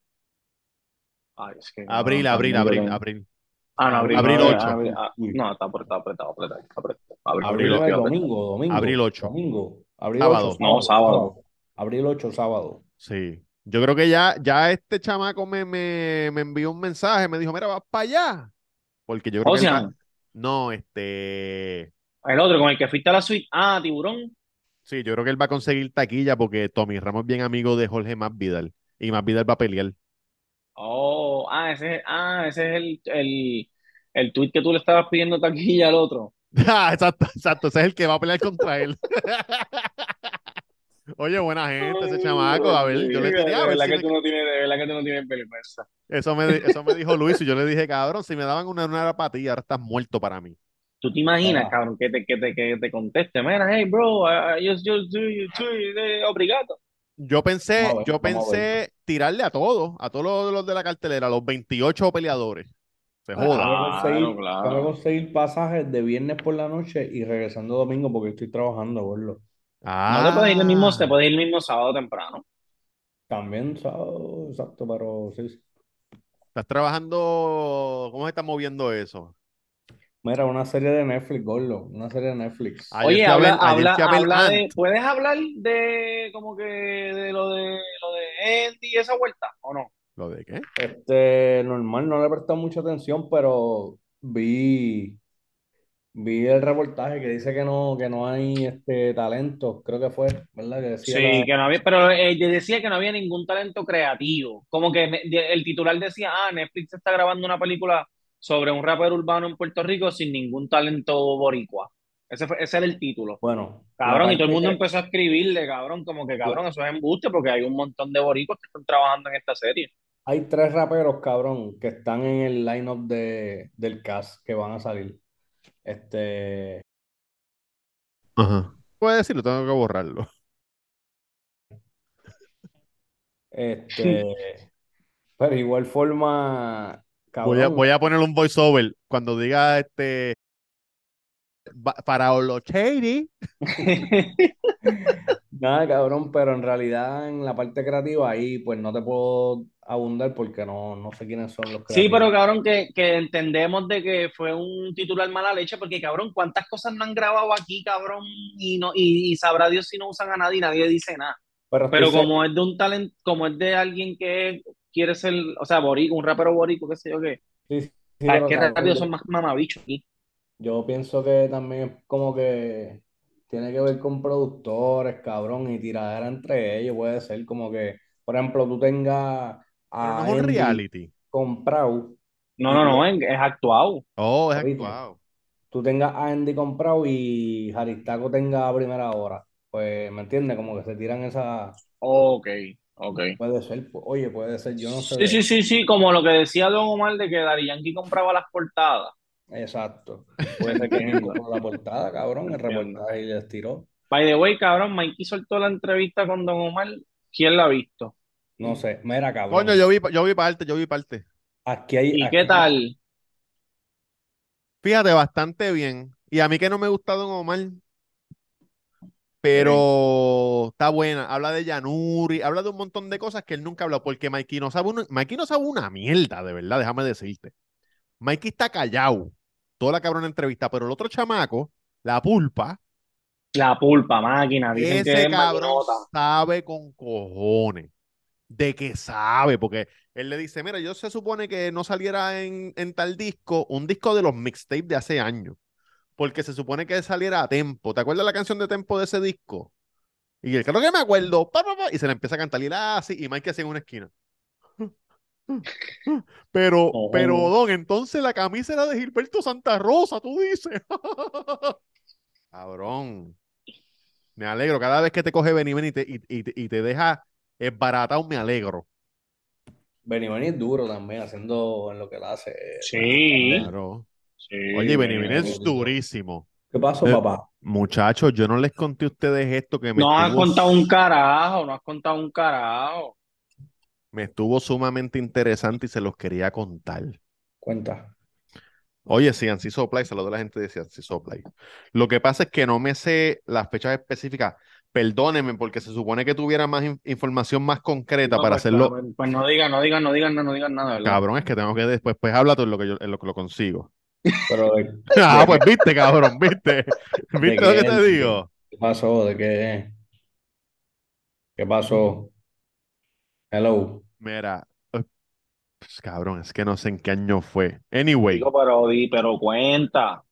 Ay, es que,
Abril, abril,
cabrón, también
abril,
yo tengo-
abril.
Ah, no, abril,
Abril
no,
ocho.
abril- ah, no, está apretado, apretado, apretado, apretado. Abril,
Abril
Abril
ocho,
es
apretado.
domingo, domingo.
Abril ocho.
Domingo. Abril
Sábado.
ocho,
No, sábado.
Abril 8, sábado.
Sí. Yo creo que ya, ya este chamaco me, me, me envió un mensaje, me dijo, mira, vas para allá. Porque yo creo
Oh,
que él va-
Ocean,
No, este.
el otro con el que fuiste a la suite. Ah, Tiburón.
Sí, yo creo que él va a conseguir taquilla porque Tommy Ramos es bien amigo de Jorge Masvidal y Masvidal va a pelear.
Oh, ah, ese, ah, ese es el, el, el tweet que tú le estabas pidiendo taquilla al otro.
Ah, exacto, exacto, ese es el que va a pelear contra él. Oye, buena gente ese chamaco, a ver, yo le
Oh, Sí,
tiré a
de
ver
verdad
si
que
me-
tú no tienes, de verdad que tú no tienes vergüenza.
Eso me, eso me dijo Luis y yo le dije, cabrón, si me daban una, una apatía, ahora estás muerto para mí.
Tú te imaginas,
Ah.
cabrón, que te, que te, que te conteste, mira, hey, bro, ah, I, I just, just do you too, eh, obrigado.
Yo pensé,
Vamos a ver,
yo
vamos a ver.
pensé tirarle a todos, a todos los, los de la cartelera, a los 28 peleadores.
Ah,
Se joda.
Voy a conseguir,
claro.
voy a conseguir pasajes de viernes por la noche y regresando domingo porque estoy trabajando, boludo.
No te puedes ir el mismo,
Ah.
te puedes ir el mismo sábado temprano.
También sábado, exacto, pero sí. sí.
Estás trabajando, ¿cómo se está moviendo eso?
Mira, una serie de Netflix, gordo, una serie de Netflix.
Ay, Ayer fui
Oye,
a ver-
habla,
ayer
habla,
fui a ver
habla de,
Ant.
¿puedes hablar de como que de lo de lo de Andy y esa vuelta o no?
¿Lo de qué?
Este, normal, no le he prestado mucha atención, pero vi, vi el reportaje que dice que no, que no hay este talento, creo que fue, ¿verdad? Que decía
Sí,
la-
que no había, pero eh, yo decía que no había ningún talento creativo. Como que me- de- el titular decía, ah, Netflix está grabando una película sobre un rapero urbano en Puerto Rico sin ningún talento boricua. Ese fue, ese era el título.
Bueno, la
Cabrón, y todo el
parte
mundo
que-
empezó a escribirle, cabrón, como que cabrón, eso es embuste porque hay un montón de boricuas que están trabajando en esta serie.
Hay tres raperos, cabrón, que están en el lineup de, del cast que van a salir. Este,
Ajá. Puedes decirlo, tengo que borrarlo.
este, pero igual forma,
Voy a,
cabrón,
voy a poner un voiceover cuando diga este ba- para Olocheiri.
nada, cabrón, pero en realidad en la parte creativa ahí pues no te puedo abundar porque no, no sé quiénes son los
Sí,
creativos.
pero cabrón, que, que entendemos de que fue un titular mala leche, porque cabrón, cuántas cosas no han grabado aquí, cabrón, y no, y, y sabrá Dios si no usan a nadie y nadie dice nada.
Pero estoy
Pero
seguro-
como es de un talento, como es de alguien que quiere ser, o sea, borico, un rapero borico, qué sé yo qué.
Sí, sí,
O sea, Ah, es
pero
que
cabrón,
rápido
yo-
son más mamabichos aquí.
Yo pienso que también es como que tiene que ver con productores, cabrón, y tiradera entre ellos, puede ser como que por ejemplo, tú tengas
Pero
a
no es un
Andy
reality.
comprado,
No, no, no, es actuado.
Oh, es
¿Oíste?
actuado.
tú tengas a Andy comprado y Jaristaco tenga a primera hora. Pues, ¿me entiendes? Como que se tiran esa.
Ok, ok.
Puede ser, pues, oye, puede ser, yo no sé.
Sí, sí, sí, sí, como lo que decía Don Omar de que Daddy Yankee compraba las portadas.
Exacto. Puede ser que él compró la portada, cabrón, el
Entiendo.
reportaje y les tiró.
By the way, cabrón, Mikey soltó la entrevista con Don Omar. ¿Quién la ha visto?
No sé, mira, cabrón.
Coño, yo vi, yo vi parte, yo vi parte.
Aquí hay.
¿Y
aquí-
qué tal?
Fíjate, bastante bien. Y a mí que no me gusta Don Omar, pero está buena. Habla de Yanuri, habla de un montón de cosas que él nunca ha hablado, porque Mikey no sabe una, Mikey no sabe una mierda, de verdad, déjame decirte. Mikey está callado, toda la cabrona entrevista, pero el otro chamaco, la pulpa,
La pulpa, máquina, dicen que
ese
es
cabrón
maquinota.
sabe con cojones de que sabe, porque él le dice, mira, yo se supone que no saliera en, en tal disco, un disco de los mixtapes de hace años, porque se supone que saliera a tempo. ¿Te acuerdas la canción de tempo de ese disco? Y él, creo que me acuerdo, pa, pa, pa, y se la empieza a cantar y la así, y Mike así en una esquina. Pero,
Ojo.
pero, Don, entonces la camisa era de Gilberto Santa Rosa, tú dices. Cabrón. Me alegro. Cada vez que te coge Benny Benny y te, y, y te- y te deja esbaratado, me alegro.
Benny Benny es duro también, haciendo en lo que él hace.
Sí,
Claro.
sí.
Oye, Benny Benny
Benny
es
Benny.
durísimo.
¿Qué pasó,
Eh,
papá?
Muchachos, yo no les conté a ustedes esto que me
No has
estuvo,
contado un carajo, no has contado un carajo.
me estuvo sumamente interesante y se los quería contar.
Cuenta.
Oye, sí, Ansi Soplay, saludo a la gente de Ansi Soplay. Lo que pasa es que no me sé las fechas específicas. Perdónenme, porque se supone que tuviera más in- información más concreta
No,
para
pues,
hacerlo.
Pues, pues no digan, no digan, no digan, no, no digan nada, ¿verdad?
Cabrón, es que tengo que después, pues habla tú en lo que yo en lo que lo consigo.
Pero, eh,
Ah, pues viste, cabrón, viste. ¿Viste lo que
qué?
te digo?
¿qué pasó? ¿De qué? ¿Qué pasó? Hello.
Mira, eh, pues, cabrón, es que no sé en qué año fue. Anyway,
Digo, pero, di- pero cuenta.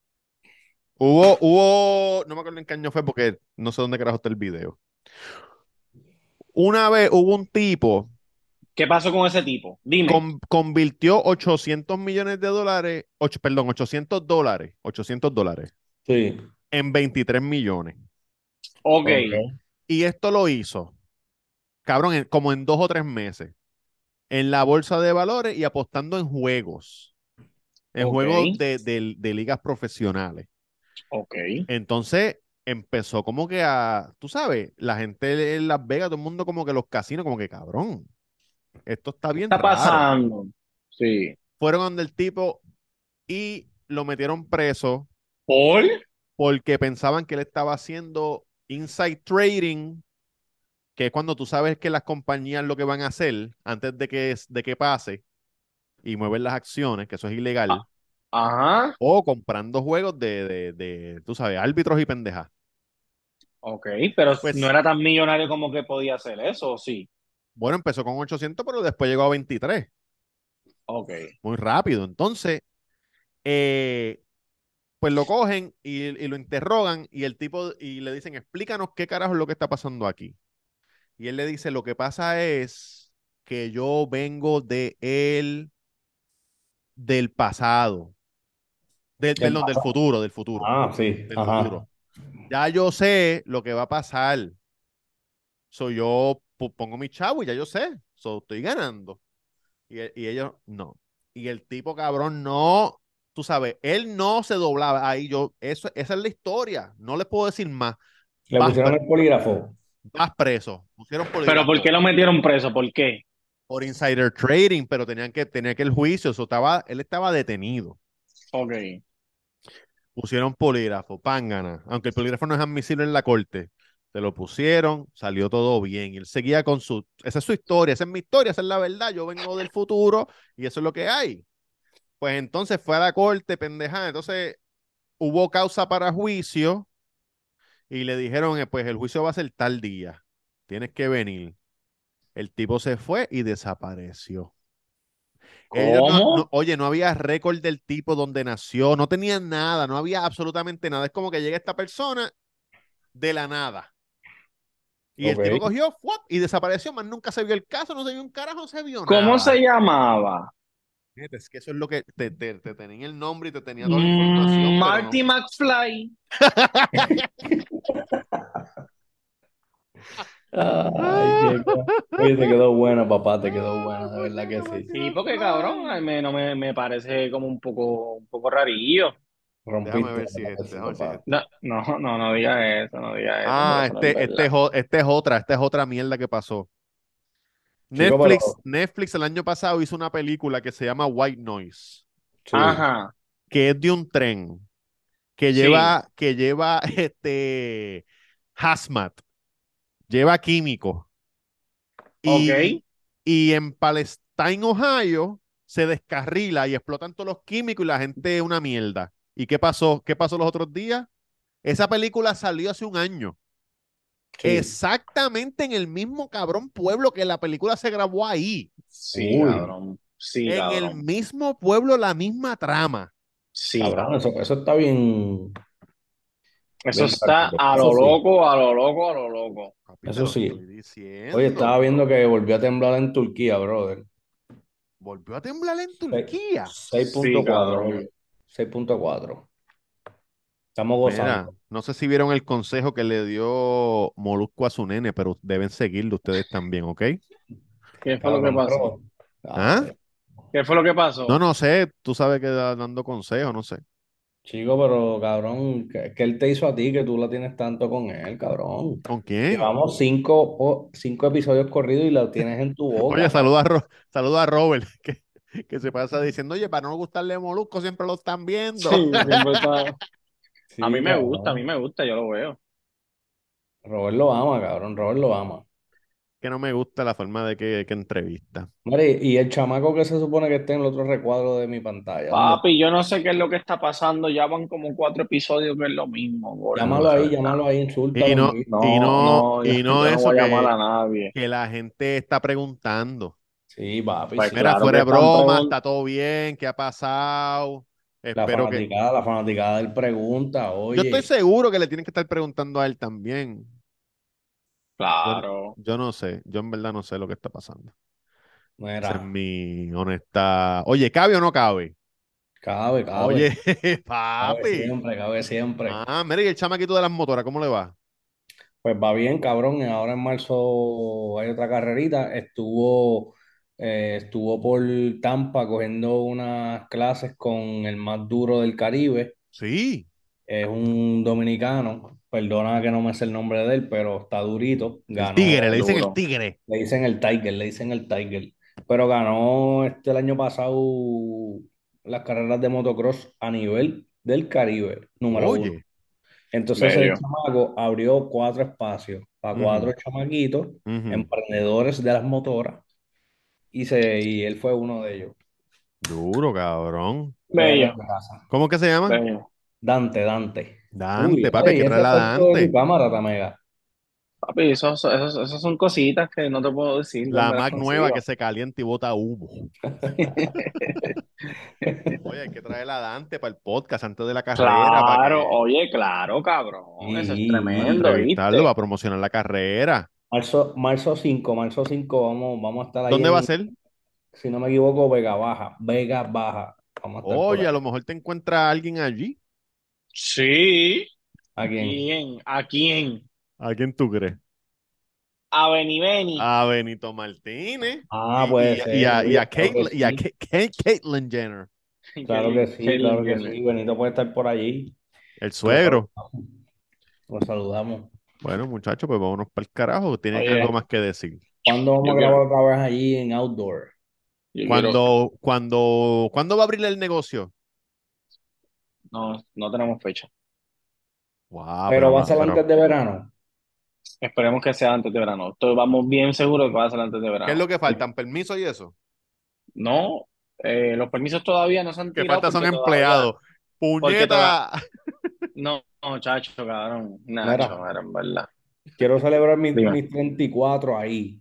hubo, hubo, no me acuerdo en qué año fue porque no sé dónde carajo está el video. Una vez hubo un tipo
¿Qué pasó con ese tipo? Dime.
con- convirtió 800 millones de dólares, ocho- perdón, 800 dólares, 800 dólares
Sí.
en 23 millones.
Ok.
Y esto lo hizo, cabrón, en- como en dos o tres meses, en la bolsa de valores y apostando en juegos, en
Ok.
juegos de, de- de ligas profesionales.
Ok.
Entonces empezó como que a, tú sabes, la gente en Las Vegas, todo el mundo como que los casinos, como que cabrón, esto está bien
Está
raro".
pasando. Sí.
Fueron donde el tipo y lo metieron preso
¿Por?
porque pensaban que él estaba haciendo inside trading, que es cuando tú sabes que las compañías lo que van a hacer antes de que, de que pase y mueven las acciones, que eso es ilegal,
Ah. Ajá.
o comprando juegos de, de, de, tú sabes, árbitros y pendejas.
Ok, pero
Pues-
no era tan millonario como que podía hacer eso, ¿o sí?
Bueno, empezó con 800, pero después llegó a 23,
Ok.
muy rápido. Entonces, eh, pues lo cogen y, y lo interrogan y el tipo y le dicen, explícanos qué carajo es lo que está pasando aquí. Y él le dice, lo que pasa es que yo vengo de él, del pasado, del,
Del
perdón, del futuro, del futuro,
Ah, sí.
del
Ajá.
futuro. Ya yo sé lo que va a pasar. Soy yo pu- pongo mi chavo y ya yo sé, so, estoy ganando. Y, e- y ellos, no. Y el tipo cabrón, no, tú sabes, él no se doblaba. Ahí yo, eso, esa es la historia, no les puedo decir más.
Le
Vas
pusieron el polígrafo.
Vas preso. Pusieron
¿Pero por
polígrafo.
qué lo metieron preso? ¿Por qué?
por insider trading, pero tenían que tener que el juicio, eso estaba, él estaba detenido.
Ok.
Pusieron polígrafo, pángana, aunque el polígrafo no es admisible en la corte. Se lo pusieron, salió todo bien. Y él seguía con su, esa es su historia, esa es mi historia, esa es la verdad. Yo vengo del futuro y eso es lo que hay. Pues entonces fue a la corte, pendejada. Entonces hubo causa para juicio y le dijeron, eh, pues el juicio va a ser tal día, tienes que venir. El tipo se fue y desapareció. Ellos no-
¿Cómo?
no- oye, no había récord del tipo donde nació, no tenían nada, no había absolutamente nada. Es como que llega esta persona de la nada. Y
Ok.
el tipo cogió ¡fuap! y desapareció, más nunca se vio el caso, no se vio un carajo, no se vio
¿Cómo
nada.
se llamaba?
Neta, Es que eso es lo que te, te, te tenía el nombre y te tenía toda la información.
Mm,
pero
Marty
no-
McFly.
Ah.
Ay, qué ca- Oye, te quedó buena, papá, te quedó buena,
pues
de verdad que sí.
Sí, porque cabrón, ay, me, no me, me parece como un poco, un poco rarillo.
Déjame
Rompiste
ver si
la
es este,
cabeza,
déjame ver si es
papá.
este.
No, no, no, no digas eso, no digas eso.
Ah,
hombre, eso no
este,
es
este, es
verdad.
o- esta es otra, esta es otra mierda que pasó.
Chico,
Netflix,
pero-
Netflix el año pasado hizo una película que se llama White Noise,
Sí.
Ajá.
que es de un tren que
Sí.
lleva, que lleva este hazmat, lleva químicos. Y,
Ok.
y en Palestine, Ohio, se descarrila y explotan todos los químicos y la gente es una mierda. ¿Y qué pasó? ¿Qué pasó los otros días? Esa película salió hace un año.
Sí.
Exactamente en el mismo cabrón pueblo que la película se grabó ahí.
Sí,
Uy.
cabrón. Sí,
en el
cabrón.
mismo pueblo, la misma trama.
Sí.
Cabrón, eso, eso está bien.
Eso
Bien
está
práctico.
a lo
Eso sí.
loco, a lo loco, a lo loco.
Papi, te
Eso
lo
sí.
estoy diciendo.
Oye, estaba viendo que volvió a temblar en Turquía, brother.
Volvió a temblar en Turquía.
6.4.
cabrón.
6.4. Estamos
Mira,
gozando.
no sé si vieron el consejo que le dio Molusco a su nene, pero deben seguirlo ustedes también, ¿ok?
¿Qué fue lo que
Cabrón,
pasó?
pero-
¿Ah?
¿Qué fue lo que pasó?
No, no sé, tú sabes que da- dando consejos, no sé.
Chico, pero cabrón, que, que él te hizo a ti que tú la tienes tanto con él, cabrón.
¿Con quién?
Llevamos cinco, po- cinco episodios corridos y la tienes en tu boca.
Oye, saluda a, Ro- saluda a Robert, que, que se pasa diciendo, oye, para no gustarle Molusco, siempre lo están viendo.
Sí, siempre está-
Sí,
A mí me
cabrón.
gusta, a mí me gusta, yo lo veo.
Robert lo ama, cabrón, Robert lo ama.
que no me gusta la forma de que, que entrevista.
Mire, y el chamaco que se supone que está en el otro recuadro de mi pantalla. ¿dónde está?
Papi, yo no sé qué es lo que está pasando. Ya van como cuatro episodios que es lo mismo, gordo,
Llámalo ahí,
de verdad.
llámalo ahí, insúltalo.
Y no-
mira.
y no-
yo-
y no
yo
eso
voy a llamar
que-
a nadie.
Que la gente está preguntando.
Sí, papi,
Pues
sí.
Mira,
Claro que
fuera de
están
broma,
pregun-
está todo bien, ¿qué ha pasado?
La
Espero que.
fanaticada, la fanaticada del pregunta,
Yo
oye.
estoy seguro que le tienen que estar preguntando a él también.
Claro.
Yo no sé, yo en verdad no sé lo que está pasando. Esa es
Mira,
mi honesta. Oye, ¿cabe o no cabe?
cabe, cabe.
Oye,
cabe
papi.
siempre, cabe siempre.
Ah, mira, y el chamaquito de las motoras, ¿cómo le va?
Pues va bien, cabrón. Ahora en marzo hay otra carrerita. Estuvo, eh, estuvo por Tampa cogiendo unas clases con el más duro del Caribe.
Sí.
Es un dominicano. Perdona que no me sé el nombre de él, pero está durito.
El
Ganó.
tigre, le dicen el
duro.
tigre.
Le dicen el Tiger, le dicen el Tiger. Pero ganó este el año pasado las carreras de motocross a nivel del Caribe, número uno.
Oye.
Entonces el
Bello.
chamaco abrió cuatro espacios para
Ujú.
cuatro chamaquitos,
ujú,
Em- emprendedores de las motoras, y, se, y él fue uno de ellos.
Duro, cabrón.
Bello,
Pero, casa.
¿Cómo que se llama?
bello.
Dante, Dante.
Dante,
Uy,
papi, hay
ey,
que
ese
traerla a
efecto de tu
Dante.
cámara, Tamega.
Papi, eso, eso- eso- esas son cositas que no te puedo decir
La
dónde las
Mac nueva que
consigo.
se calienta y bota humo. Oye, hay que traerla a Dante para el podcast antes de la carrera. para
Claro,
que-
oye, claro, cabrón. Eso es
Sí,
para
tremendo,
entrevistarlo,
¿viste?
para promocionar la carrera.
Marzo, marzo 5, marzo 5 vamos, vamos a estar ahí
¿Dónde va a
en,
ser?
si no me equivoco, Vega Baja, Vega Baja. Vamos a estar por
Oye, a
ahí.
lo mejor te encuentra alguien allí.
Sí.
¿A quién?
¿Quién? ¿A quién?
¿A quién tú crees?
A Beni Beni.
A Benito Martínez.
Ah,
Y,
puede
y-
ser.
y a, y a
Oye, claro que
Caitlyn- y a
sí.
Ca- Ca- Caitlyn Jenner.
Claro que sí,
Caitlyn
claro que
Jenner.
sí. Benito puede estar por allí.
El
Lo
suegro.
saludamos. Lo saludamos.
Bueno, muchachos, pues vámonos para el carajo. Tienen
Oye.
algo más que decir.
¿Cuándo vamos
Yo
a grabar otra vez allí en Outdoor?
Yo quiero-
Cuando, cuando, ¿cuándo va a abrir el negocio?
No, no tenemos fecha.
Guau,
Pero va a
no,
ser
Ah, pero-
antes de verano.
Esperemos que sea antes de verano. Entonces, vamos bien seguros que va a ser antes de verano.
¿Qué es lo que faltan? ¿Permiso y eso?
No, eh, los permisos todavía no se han
Que
tirado
falta son
porque todavía...
empleados.
porque toda-
¡Puñeta!
No, no, chacho, cabrón.
Mira.
Nacho, era en verdad.
Quiero celebrar mis,
Dime.
mis 34 ahí.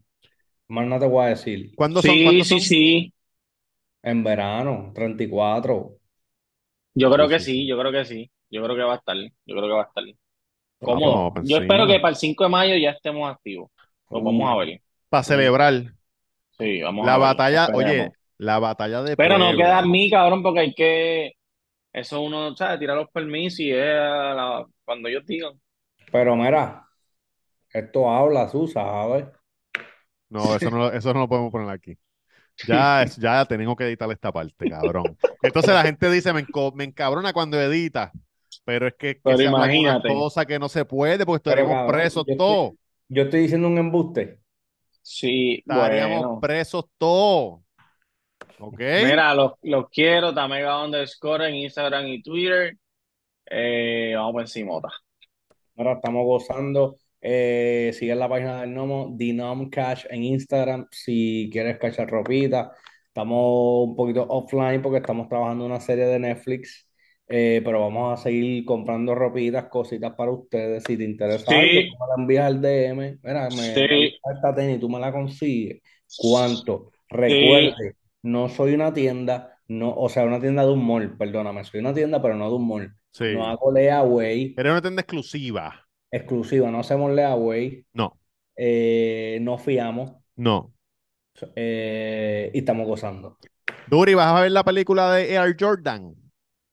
Más no te voy a decir.
¿Cuándo son?
Sí,
¿Cuándo
sí,
son?
sí.
En verano, 34.
Yo creo
Sí,
que
sí,
sí,
sí.
yo creo que sí. Yo creo que va a estar. Yo creo que va a estar. Cómodo.
vamos para
Yo espero
encima.
que para el 5 de mayo ya estemos activos. Lo Pues
Mm.
vamos a ver.
Para celebrar
Sí, vamos
Uh. la
a ver.
batalla, oye,
Esperemos.
la batalla de
Pero no
Puebla.
queda en mí, cabrón, porque hay que. Eso uno, ¿sabes? Tirar los permisos y es a la- cuando ellos digan.
Pero mira, esto habla, Susa, ¿sabes?
No, eso no, lo- eso no lo podemos poner aquí. Ya, es- ya tenemos que editar esta parte, cabrón. Entonces la gente dice, me, enco- me encabrona cuando edita, pero es que, que
Pero
se habla de una
imagínate.
cosa que no se puede porque
Pero,
estaremos
cabrón,
presos
yo estoy-
todos.
Yo estoy diciendo un embuste.
Sí,
Estaríamos
bueno.
presos todos. ¿Ok?
Mira, los, los quiero, Tamega underscore en Instagram y Twitter. Eh, vamos por encima otra.
Ahora estamos gozando. Eh, sigue la página del Nomo, Dinom Cash en Instagram, si quieres cachar ropita. Estamos un poquito offline porque estamos trabajando una serie de Netflix, eh, pero vamos a seguir comprando ropitas, cositas para ustedes. Si te interesa
Sí.
algo, tú me la envías al DM. Mira, me
Sí.
gusta esta tenis, tú me la consigues. ¿Cuánto? Recuerde, no soy una tienda, no, o sea, una tienda de un mall, perdóname, soy una tienda, pero no de un mall.
Sí.
No hago layaway.
Era una tienda exclusiva.
Exclusiva, no hacemos leaway,
No,
eh, no fiamos
no.
eh, y estamos gozando.
Duri, ¿vas a ver la película de Air Jordan?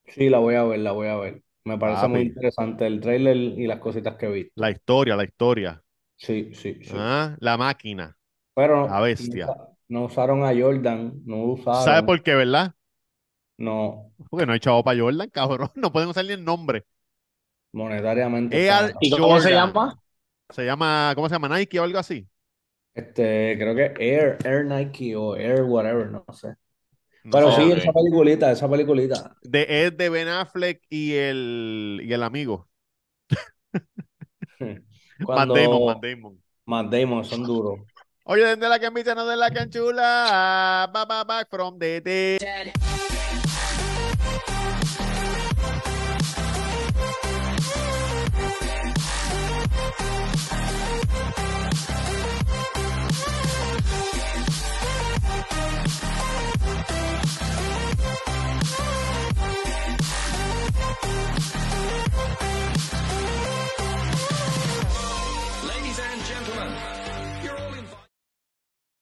Sí, la voy a ver, la voy a ver. Me parece muy
Papi.
interesante el trailer y las cositas que vi.
La historia, la historia.
Sí, sí, sí.
Ah, La máquina.
Pero
La bestia.
no usa- no usaron a Jordan, no lo
¿Sabes
usaron,
por qué, verdad?
no,
Porque no hay chavo para Jordan, cabrón. No pueden usar ni el nombre.
monetariamente
Air
estaba-
¿Y cómo se
Jordan.
llama?
Se llama, ¿cómo se llama? Nike o algo así.
Este, creo que Air, Air Nike o Air whatever, no sé.
No
Pero
sé.
sí,
Ok.
esa peliculita, esa peliculita.
De, es de Ben Affleck y el, y el amigo.
Cuando
Matt Damon, Matt Damon.
Matt Damon son duros.
Oye, desde la camisa, no de la canchula. Ah, Ba, ba, back from the dead.
Ladies and gentlemen, you're all